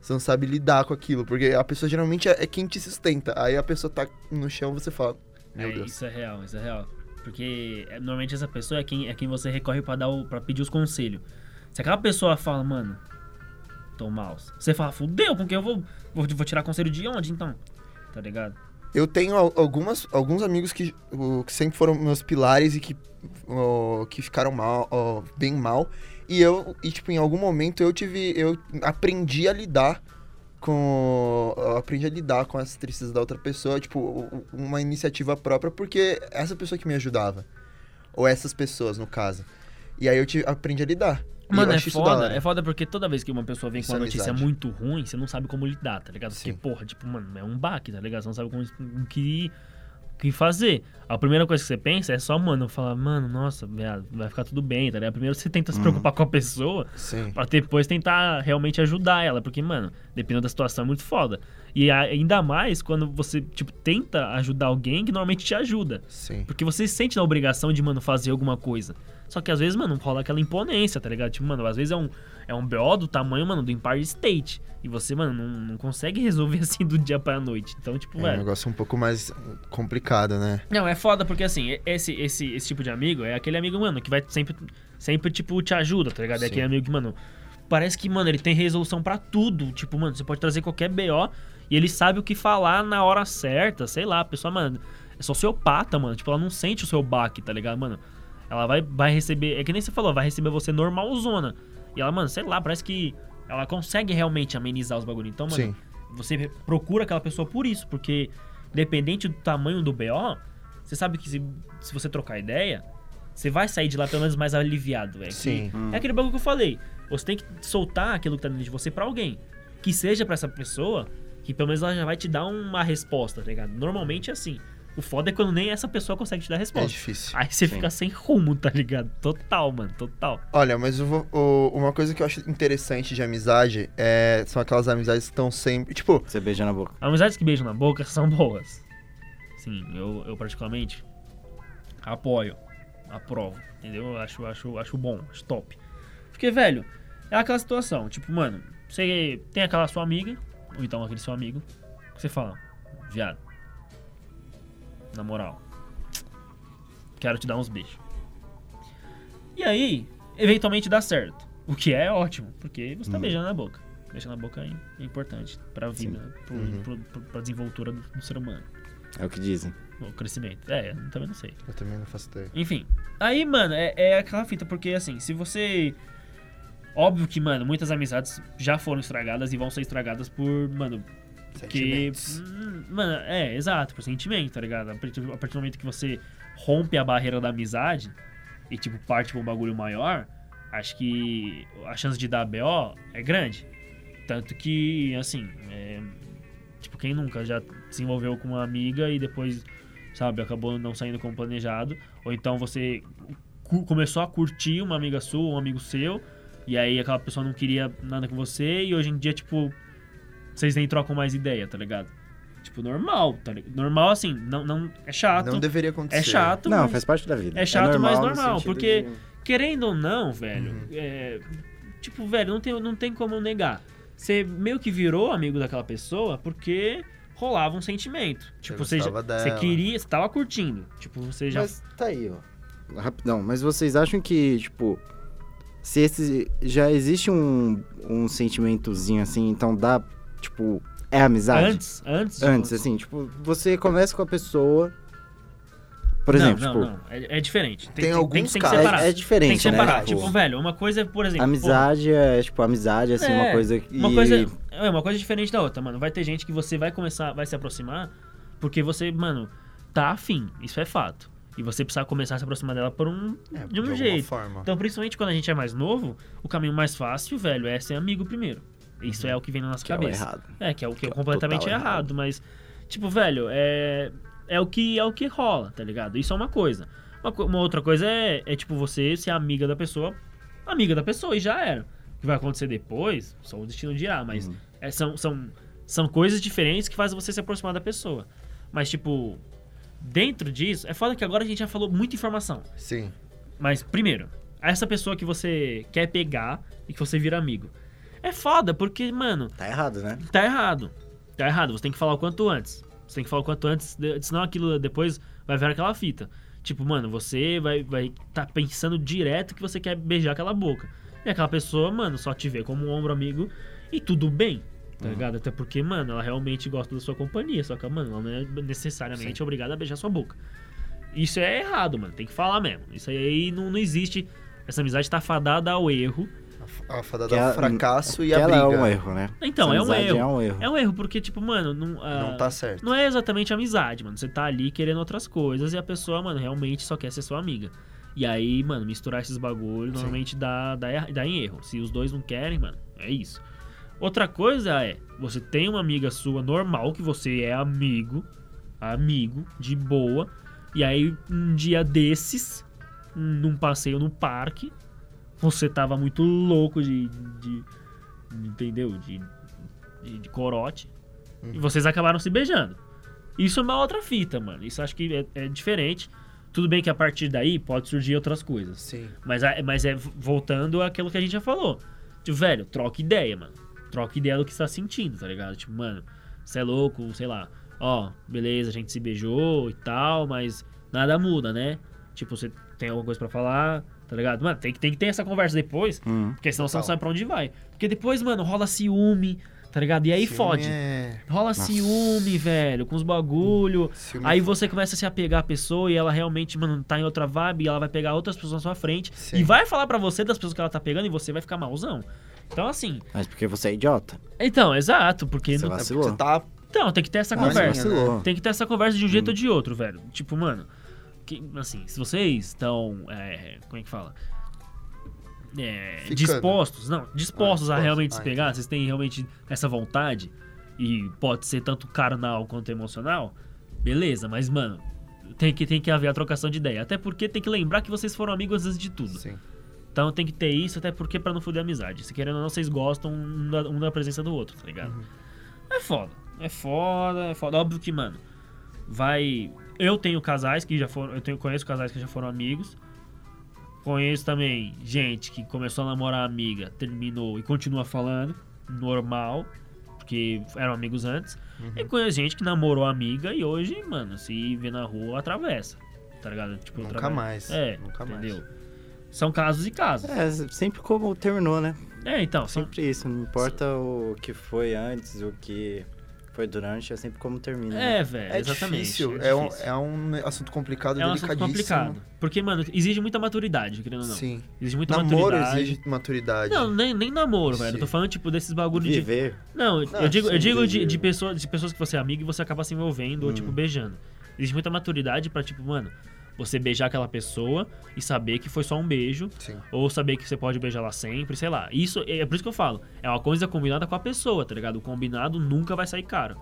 Você não sabe lidar com aquilo. Porque a pessoa geralmente é é quem te sustenta. Aí a pessoa tá no chão você fala, meu
É,
Deus.
Isso é real, isso é real. Porque é, normalmente essa pessoa é quem, é quem você recorre pra, dar o, pra pedir os conselhos. Se aquela pessoa fala, mano, tô mal. Você fala, fudeu, com quem eu vou, vou, vou tirar conselho de onde então? Tá ligado?
Eu tenho al- algumas, alguns amigos que, o- que sempre foram meus pilares e que, o, que ficaram mal, ó, bem mal. E eu, e tipo, em algum momento eu tive. Eu aprendi a lidar com. Eu aprendi a lidar com as tristezas da outra pessoa, tipo, u- u- uma iniciativa própria, porque essa pessoa que me ajudava. Ou essas pessoas, no caso. E aí eu te, aprendi a lidar. E
Mano,
eu
é
acho isso da
foda,
hora.
é foda porque toda vez que uma pessoa vem
Isso
com
é
uma notícia
amizade.
muito ruim, você não sabe como lidar, tá ligado? Porque,
Sim.
porra, tipo, mano, é um baque, tá ligado? Você não sabe como, o que, o que fazer. A primeira coisa que você pensa é só, mano, falar, mano, nossa, viado, vai ficar tudo bem, tá ligado? Primeiro você
Uhum.
tenta se preocupar com a pessoa,
Sim.
Pra depois tentar realmente ajudar ela, porque, mano, dependendo da situação é muito foda. E a- ainda mais quando você, tipo, tenta ajudar alguém que normalmente te ajuda.
Sim.
Porque você se sente na obrigação de, mano, fazer alguma coisa. Só que às vezes, mano, rola aquela imponência, tá ligado? Tipo, mano, às vezes é um, é um BO do tamanho, mano, do Empire State. E você, mano, não, não consegue resolver [LAUGHS] assim do dia pra noite. Então, tipo,
É um
velho.
negócio um pouco mais complicado, né?
Não, é foda porque assim, e- esse, esse, esse tipo de amigo é aquele amigo, mano, que vai sempre, sempre tipo, te ajuda, tá ligado?
Sim.
É aquele amigo que, mano, parece que, mano, ele tem resolução pra tudo. Tipo, mano, você pode trazer qualquer BO e ele sabe o que falar na hora certa, sei lá. A pessoa, mano, é sociopata, mano. Tipo, ela não sente o seu baque, tá ligado, mano? Ela vai, vai receber, é que nem você falou, vai receber você normalzona. E ela, mano, sei lá, parece que ela consegue realmente amenizar os bagulhos. Então, mano,
Sim.
você procura aquela pessoa por isso, porque dependente do tamanho do BO, você sabe que se, se você trocar ideia, você vai sair de lá pelo menos mais aliviado, velho.
Sim.
Que- É aquele bagulho que eu falei. Você tem que soltar aquilo que tá dentro de você pra alguém. Que seja pra essa pessoa, que pelo menos ela já vai te dar uma resposta, tá ligado? Normalmente é assim. O foda é quando nem essa pessoa consegue te dar a
É
resposta.
difícil.
Aí você
Sim.
fica sem rumo, tá ligado? Total, mano, total.
Olha, mas eu vou- o- uma coisa que eu acho interessante de amizade é, são aquelas amizades que estão sempre. Tipo,
Você beija na boca.
Amizades que beijam na boca [LAUGHS] são boas. Sim, eu, eu particularmente apoio, aprovo, entendeu? Eu Acho, acho, acho bom, acho top. Porque, velho, é aquela situação, tipo, mano, você tem aquela sua amiga, ou então aquele seu amigo, que você fala, viado, na moral, quero te dar uns beijos. E aí, eventualmente dá certo, o que é ótimo, porque você tá beijando na boca. Beijando na boca é importante pra vida, pro, pro- pro- pra desenvoltura do, do ser humano,
É o que dizem.
o crescimento. É, eu também não sei.
eu também não faço ideia.
Enfim. Aí, mano, é, é aquela fita, porque assim, se você. Óbvio que, mano, muitas amizades já foram estragadas e vão ser estragadas por, mano, que.
Sentimentos.
Hum, Mano, é, exato, por sentimento, tá ligado? A partir, a partir do momento que você rompe a barreira da amizade e, tipo, parte pra um bagulho maior, acho que a chance de dar BO é grande. Tanto que, assim, é, tipo, quem nunca já se envolveu com uma amiga e depois, sabe, acabou não saindo como planejado, ou então você cu- começou a curtir uma amiga sua, um amigo seu, e aí aquela pessoa não queria nada com você, e hoje em dia, tipo, vocês nem trocam mais ideia, tá ligado? Tipo, normal, tá ligado? Normal, assim, não, não é chato.
Não deveria acontecer.
é chato,
Não,
mas
faz parte da vida.
É chato, mas
no
normal,
sentido
porque-
de-
querendo ou não, velho,
Uhum.
é, tipo, velho, não tem, não tem como negar. Você meio que virou amigo daquela pessoa porque rolava um sentimento. Tipo, você, já,
gostava
você
dela.
queria, você tava curtindo. Tipo, você já.
Mas tá aí, ó. Rapidão, mas vocês acham que, tipo, se esse já existe um, um sentimentozinho assim, então dá, tipo, é amizade?
antes, antes. de
Antes,
você-
assim, tipo, você começa com a pessoa. Por
não,
exemplo,
não,
tipo,
não. É, é diferente. Tem,
Tem
tem, tem,
alguns
tem que
casos-
separar.
É, é diferente,
tem que separar.
né?
Tipo, velho, uma coisa é, por exemplo. porra,
amizade é, tipo, amizade, assim,
É,
uma coisa que.
Uma coisa, é uma coisa diferente da outra, mano. Vai ter gente que você vai começar, vai se aproximar, porque você, mano, tá afim. Isso é fato. E você precisa começar a se aproximar dela por um,
É,
de um
alguma
jeito.
Forma.
Então, principalmente quando a gente é mais novo, o caminho mais fácil, velho, é ser amigo primeiro. Isso é o que vem na nossa
que é o
cabeça.
errado.
É, que é o que, é
Que é o
completamente
total
errado,
errado.
mas. Tipo, velho, é. é o que é o que rola, tá ligado? Isso é uma coisa. Uma, co- uma outra coisa é, é, tipo, você ser amiga da pessoa, amiga da pessoa, e já era. O que vai acontecer depois, só o destino dirá, mas é, são, são, são coisas diferentes que fazem você se aproximar da pessoa. Mas, tipo, dentro disso, é foda que agora a gente já falou muita informação.
Sim.
Mas, primeiro, essa pessoa que você quer pegar e que você vira amigo. É foda, porque, mano,
Tá errado, né?
tá errado. Tá errado, você tem que falar o quanto antes. Você tem que falar o quanto antes, de- senão aquilo depois vai virar aquela fita. Tipo, mano, você vai vai tá pensando direto que você quer beijar aquela boca. E aquela pessoa, mano, só te vê como um ombro amigo e tudo bem,
Uhum.
tá ligado? Até porque, mano, ela realmente gosta da sua companhia, só que, mano, ela não é necessariamente obrigada a beijar sua boca. Isso é errado, mano, tem que falar mesmo. Isso aí não, não existe. Essa amizade tá fadada ao erro.
A fada
Que
dá
ela-
o fracasso e
que
a briga.
ela é um erro, né?
Então,
Essa
é um
amizade
erro.
É um erro.
É um erro, porque, tipo, mano, não, ah,
Não tá certo.
não é exatamente amizade, mano. Você tá ali querendo outras coisas e a pessoa, mano, realmente só quer ser sua amiga. E aí, mano, misturar esses bagulhos normalmente dá, dá, er- dá em erro. Se os dois não querem, mano, é isso. Outra coisa é, você tem uma amiga sua normal, que você é amigo, amigo, de boa, e aí um dia desses, num passeio no parque, você tava muito louco de. de- entendeu? De, de, de corote. E vocês acabaram se beijando. Isso é uma outra fita, mano. Isso acho que é, é diferente. Tudo bem que a partir daí pode surgir outras coisas.
Sim.
Mas, a- mas é v- voltando àquilo que a gente já falou. Tipo, velho, troca ideia, mano. Troca ideia do que você tá sentindo, tá ligado? Tipo, mano, você é louco, sei lá. Ó, beleza, a gente se beijou e tal, mas nada muda, né? Tipo, você tem alguma coisa pra falar, tá ligado? Mano, tem que, tem que ter essa conversa depois,
Hum.
porque senão você não
Total.
sabe pra onde vai. Porque depois, mano, rola ciúme, tá ligado? E aí
Ciúme
fode.
é-
Rola ciúme, velho, com os bagulho.
ciúme
Aí
é-
você começa a se apegar à pessoa e ela realmente, mano, tá em outra vibe e ela vai pegar outras pessoas na sua frente.
Sim.
E vai falar pra você das pessoas que ela tá pegando e você vai ficar malzão. Então, assim.
Mas porque você é idiota.
Então, exato, porque.
Você
não-
É porque
vacilou.
você tá
Então, tem que ter essa
Mas Hum.
conversa.
sim,
Ah, vacilou.
Tem que ter essa conversa de um jeito ou de outro, velho. Tipo, mano, que- assim, se vocês estão. é, como é que fala? É,
Ficando.
dispostos, não,
Ah,
dispostos a
dispostos.
realmente
Ah,
se pegar, vocês têm realmente essa vontade, e pode ser tanto carnal quanto emocional, beleza, mas, mano, tem que, tem que haver a trocação de ideia. Até porque tem que lembrar que vocês foram amigos antes de tudo.
Sim.
Então tem que ter isso, até porque pra não foder a amizade. Se querendo ou não, vocês gostam um da, um da presença do outro, tá ligado? É foda. É foda, é foda. Óbvio que, mano, vai. Eu tenho casais que já foram. Eu tenho, conheço casais que já foram amigos. Conheço também gente que começou a namorar a amiga, terminou e continua falando. Normal. Porque eram amigos antes.
Uhum.
E conheço gente que namorou a amiga e hoje, mano, se vê na rua, atravessa. Tá ligado? Tipo,
Nunca
atravessa.
mais,
É,
nunca mais.
entendeu? São casos e casos.
É, sempre como terminou, né?
É, então, são,
Sempre isso. Não importa o que foi antes, o que foi durante, é sempre como termina. né?
É, velho,
É
exatamente.
difícil.
É,
É, um,
difícil.
é um assunto complicado,
É um assunto
delicadíssimo.
complicado. Porque, mano, exige muita maturidade, querendo ou não.
Sim.
Exige muita
Namoro
maturidade.
exige maturidade.
Não, nem, nem namoro, velho. Eu tô
Sim.
falando, tipo, desses bagulho de.
Viver.
Não, eu
Não,
digo, eu
sim,
digo de,
entendi.
de pessoas, de pessoas que você é amigo e você acaba se envolvendo ou, tipo, beijando. Existe muita maturidade pra, tipo, mano, você beijar aquela pessoa e saber que foi só um beijo.
Sim.
Ou saber que você pode beijar lá sempre, sei lá. Isso é é por isso que eu falo. É uma coisa combinada com a pessoa, tá ligado? O combinado nunca vai sair caro.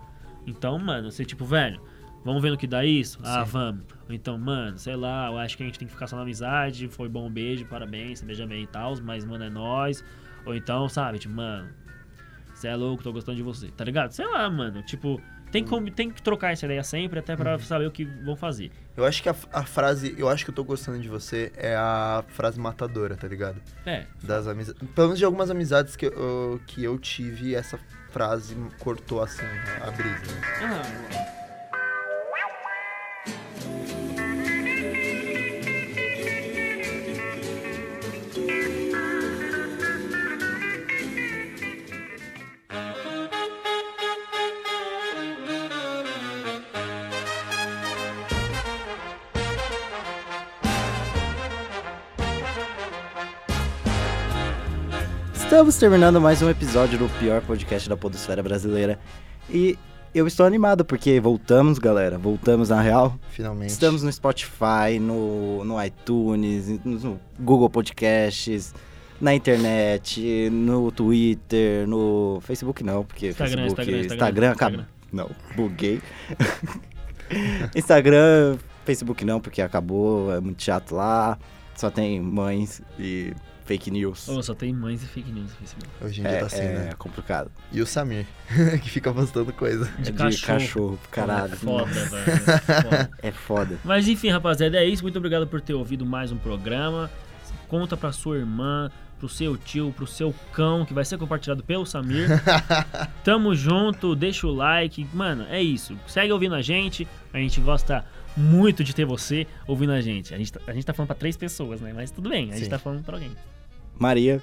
Então, mano, você tipo, velho, vamos ver no que dá isso? Ah, vamos. Ou então, mano, sei lá, eu acho que a gente tem que ficar só na amizade. Foi bom um beijo, parabéns, você beija bem e tal, mas, mano, é nóis. Ou então, sabe, tipo, mano, você é louco, tô gostando de você, tá ligado? Sei lá, mano, tipo, tem que, combi- tem que trocar essa ideia sempre até pra saber o que vão fazer.
Eu acho que a, a frase, eu acho que eu tô gostando de você, é a frase matadora, tá ligado?
É,
Das amizades. Pelo menos de algumas amizades que eu, que eu tive, essa frase cortou assim a brisa. né?
Estamos terminando mais um episódio do pior podcast da Podosfera Brasileira. E eu estou animado porque voltamos, galera. Voltamos na real.
Finalmente.
Estamos no Spotify, no, no iTunes, no Google Podcasts, na internet, no Twitter, no Facebook não, porque
Instagram,
Facebook,
Instagram, Instagram,
Instagram, acaba-
Instagram.
não, buguei. [LAUGHS] Instagram, Facebook não, porque acabou, é muito chato lá. Só tem mães e fake news.
Ô, só tem mães e fake news no Facebook.
Hoje em dia
É,
tá assim,
é
né?
complicado.
E o Samir, [LAUGHS] que fica postando coisa. Tipo,
De,
É
cachorro.
cachorro, caralho.
É foda, velho. É
[LAUGHS]
foda.
É foda.
Mas enfim, rapaziada, é isso. Muito obrigado por ter ouvido mais um programa. Conta pra sua irmã, pro seu tio, pro seu cão, que vai ser compartilhado pelo
[LAUGHS]
Samir. Tamo junto, deixa o like. Mano, é isso. Segue ouvindo a gente. A gente gosta muito de ter você ouvindo a gente. A gente tá, a gente tá falando pra três pessoas, né? Mas tudo bem, a gente
Sim.
tá falando pra alguém.
Maria.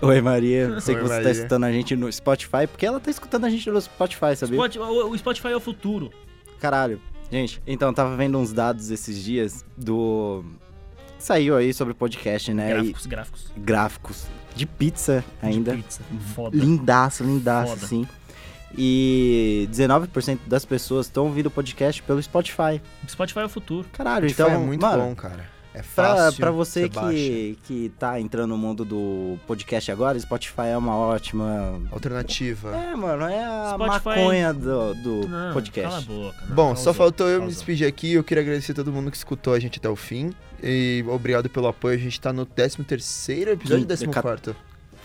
Oi,
[LAUGHS]
Maria. Sei
Oi,
que você tá
Maria.
escutando a gente no Spotify, porque ela tá escutando a gente no Spotify, sabia?
Spot- o o Spotify é o futuro.
Caralho. Gente, então, eu tava vendo uns dados esses dias do. Saiu aí sobre podcast, né? E
Gráficos, gráficos.
gráficos de pizza ainda.
De pizza. Foda.
Lindaço, lindaço,
Foda.
sim. E 19% das pessoas estão ouvindo o podcast pelo Spotify.
Spotify é o futuro.
Caralho,
Então, é
então,
muito
mano,
bom, cara. É
Pra,
fácil.
pra você
baixa.
que, que tá entrando no mundo do podcast agora, Spotify é uma ótima.
Alternativa.
É, mano, é a
Spotify-
maconha do, do
Não, Cala a
podcast.
boca. não.
Bom, só
Causou,
faltou eu me
causou.
despedir aqui. Eu queria agradecer a todo mundo que escutou a gente até o fim. E obrigado pelo apoio. A gente tá no 13 terceiro episódio,
Quinto,
14 quarto.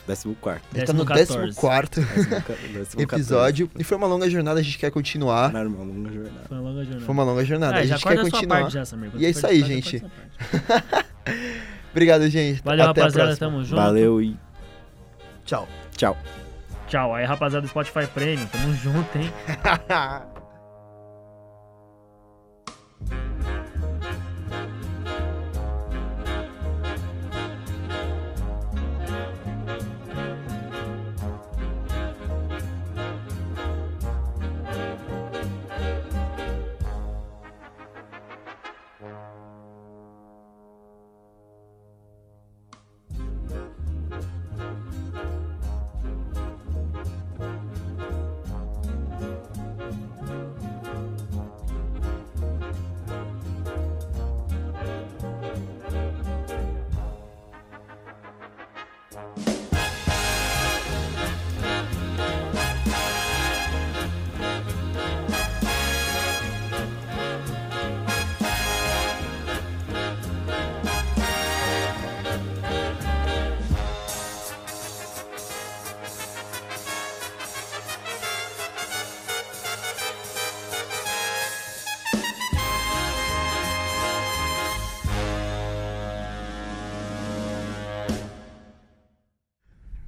Décimo quarto.
[LAUGHS]
A gente tá no
14.
14 quarto
décimo ca- décimo
episódio. E foi uma longa jornada, a gente quer continuar.
catorze. Não, irmão, não é verdade.
Foi uma longa jornada.
Foi uma longa jornada.
É,
Ah,
a
já
gente quer
acorda a sua
continuar.
parte já, Samir. Quando
E é
você
isso
for
aí,
editar, já
gente.
acorda a sua parte.
Obrigado, gente.
Valeu,
Até a
rapaziada.
próxima.
Tamo junto.
Valeu e
Tchau. [LAUGHS]
tchau.
Tchau. Aí, rapaziada do Spotify Premium. Tamo junto, hein?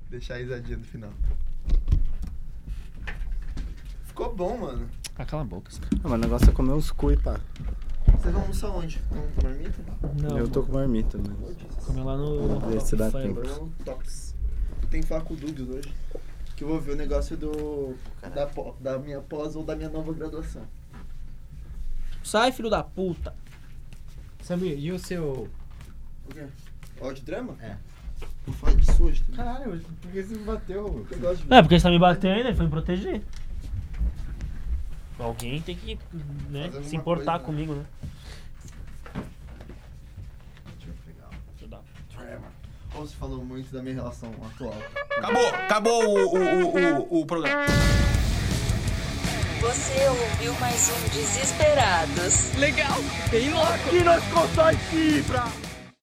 Deixar a risadinha no final. Ficou bom, mano.
Ah, cala a boca.
Ah, mas o negócio é comer uns cu e pá.
Você vai almoçar onde? Com marmita?
Não,
Eu tô com marmita, mas.
Comeu lá no...
Vamos ver se dá tempo.
Agora é um tops. Tem que falar com o Douglas hoje. Que eu vou ver o negócio do. Da, pó- da minha pós ou da minha nova graduação.
Sai, filho da puta.
Samir, e o seu.
O quê? Ó, de drama?
É.
Vou falar disso hoje também.
Caralho, por que você me bateu?
Eu gosto de.
É, porque ele tá me batendo, ele foi me proteger. Alguém tem que, né,
Fazer
se
alguma coisa,
importar
né?
comigo, né?
Deixa eu pegar.
Deixa eu dar.
Drama. Ou você falou muito da minha relação atual.
Acabou, acabou o, o, o, o, o programa.
Você ouviu mais um Desesperados.
Legal, bem louco.
Que nós constrói fibra!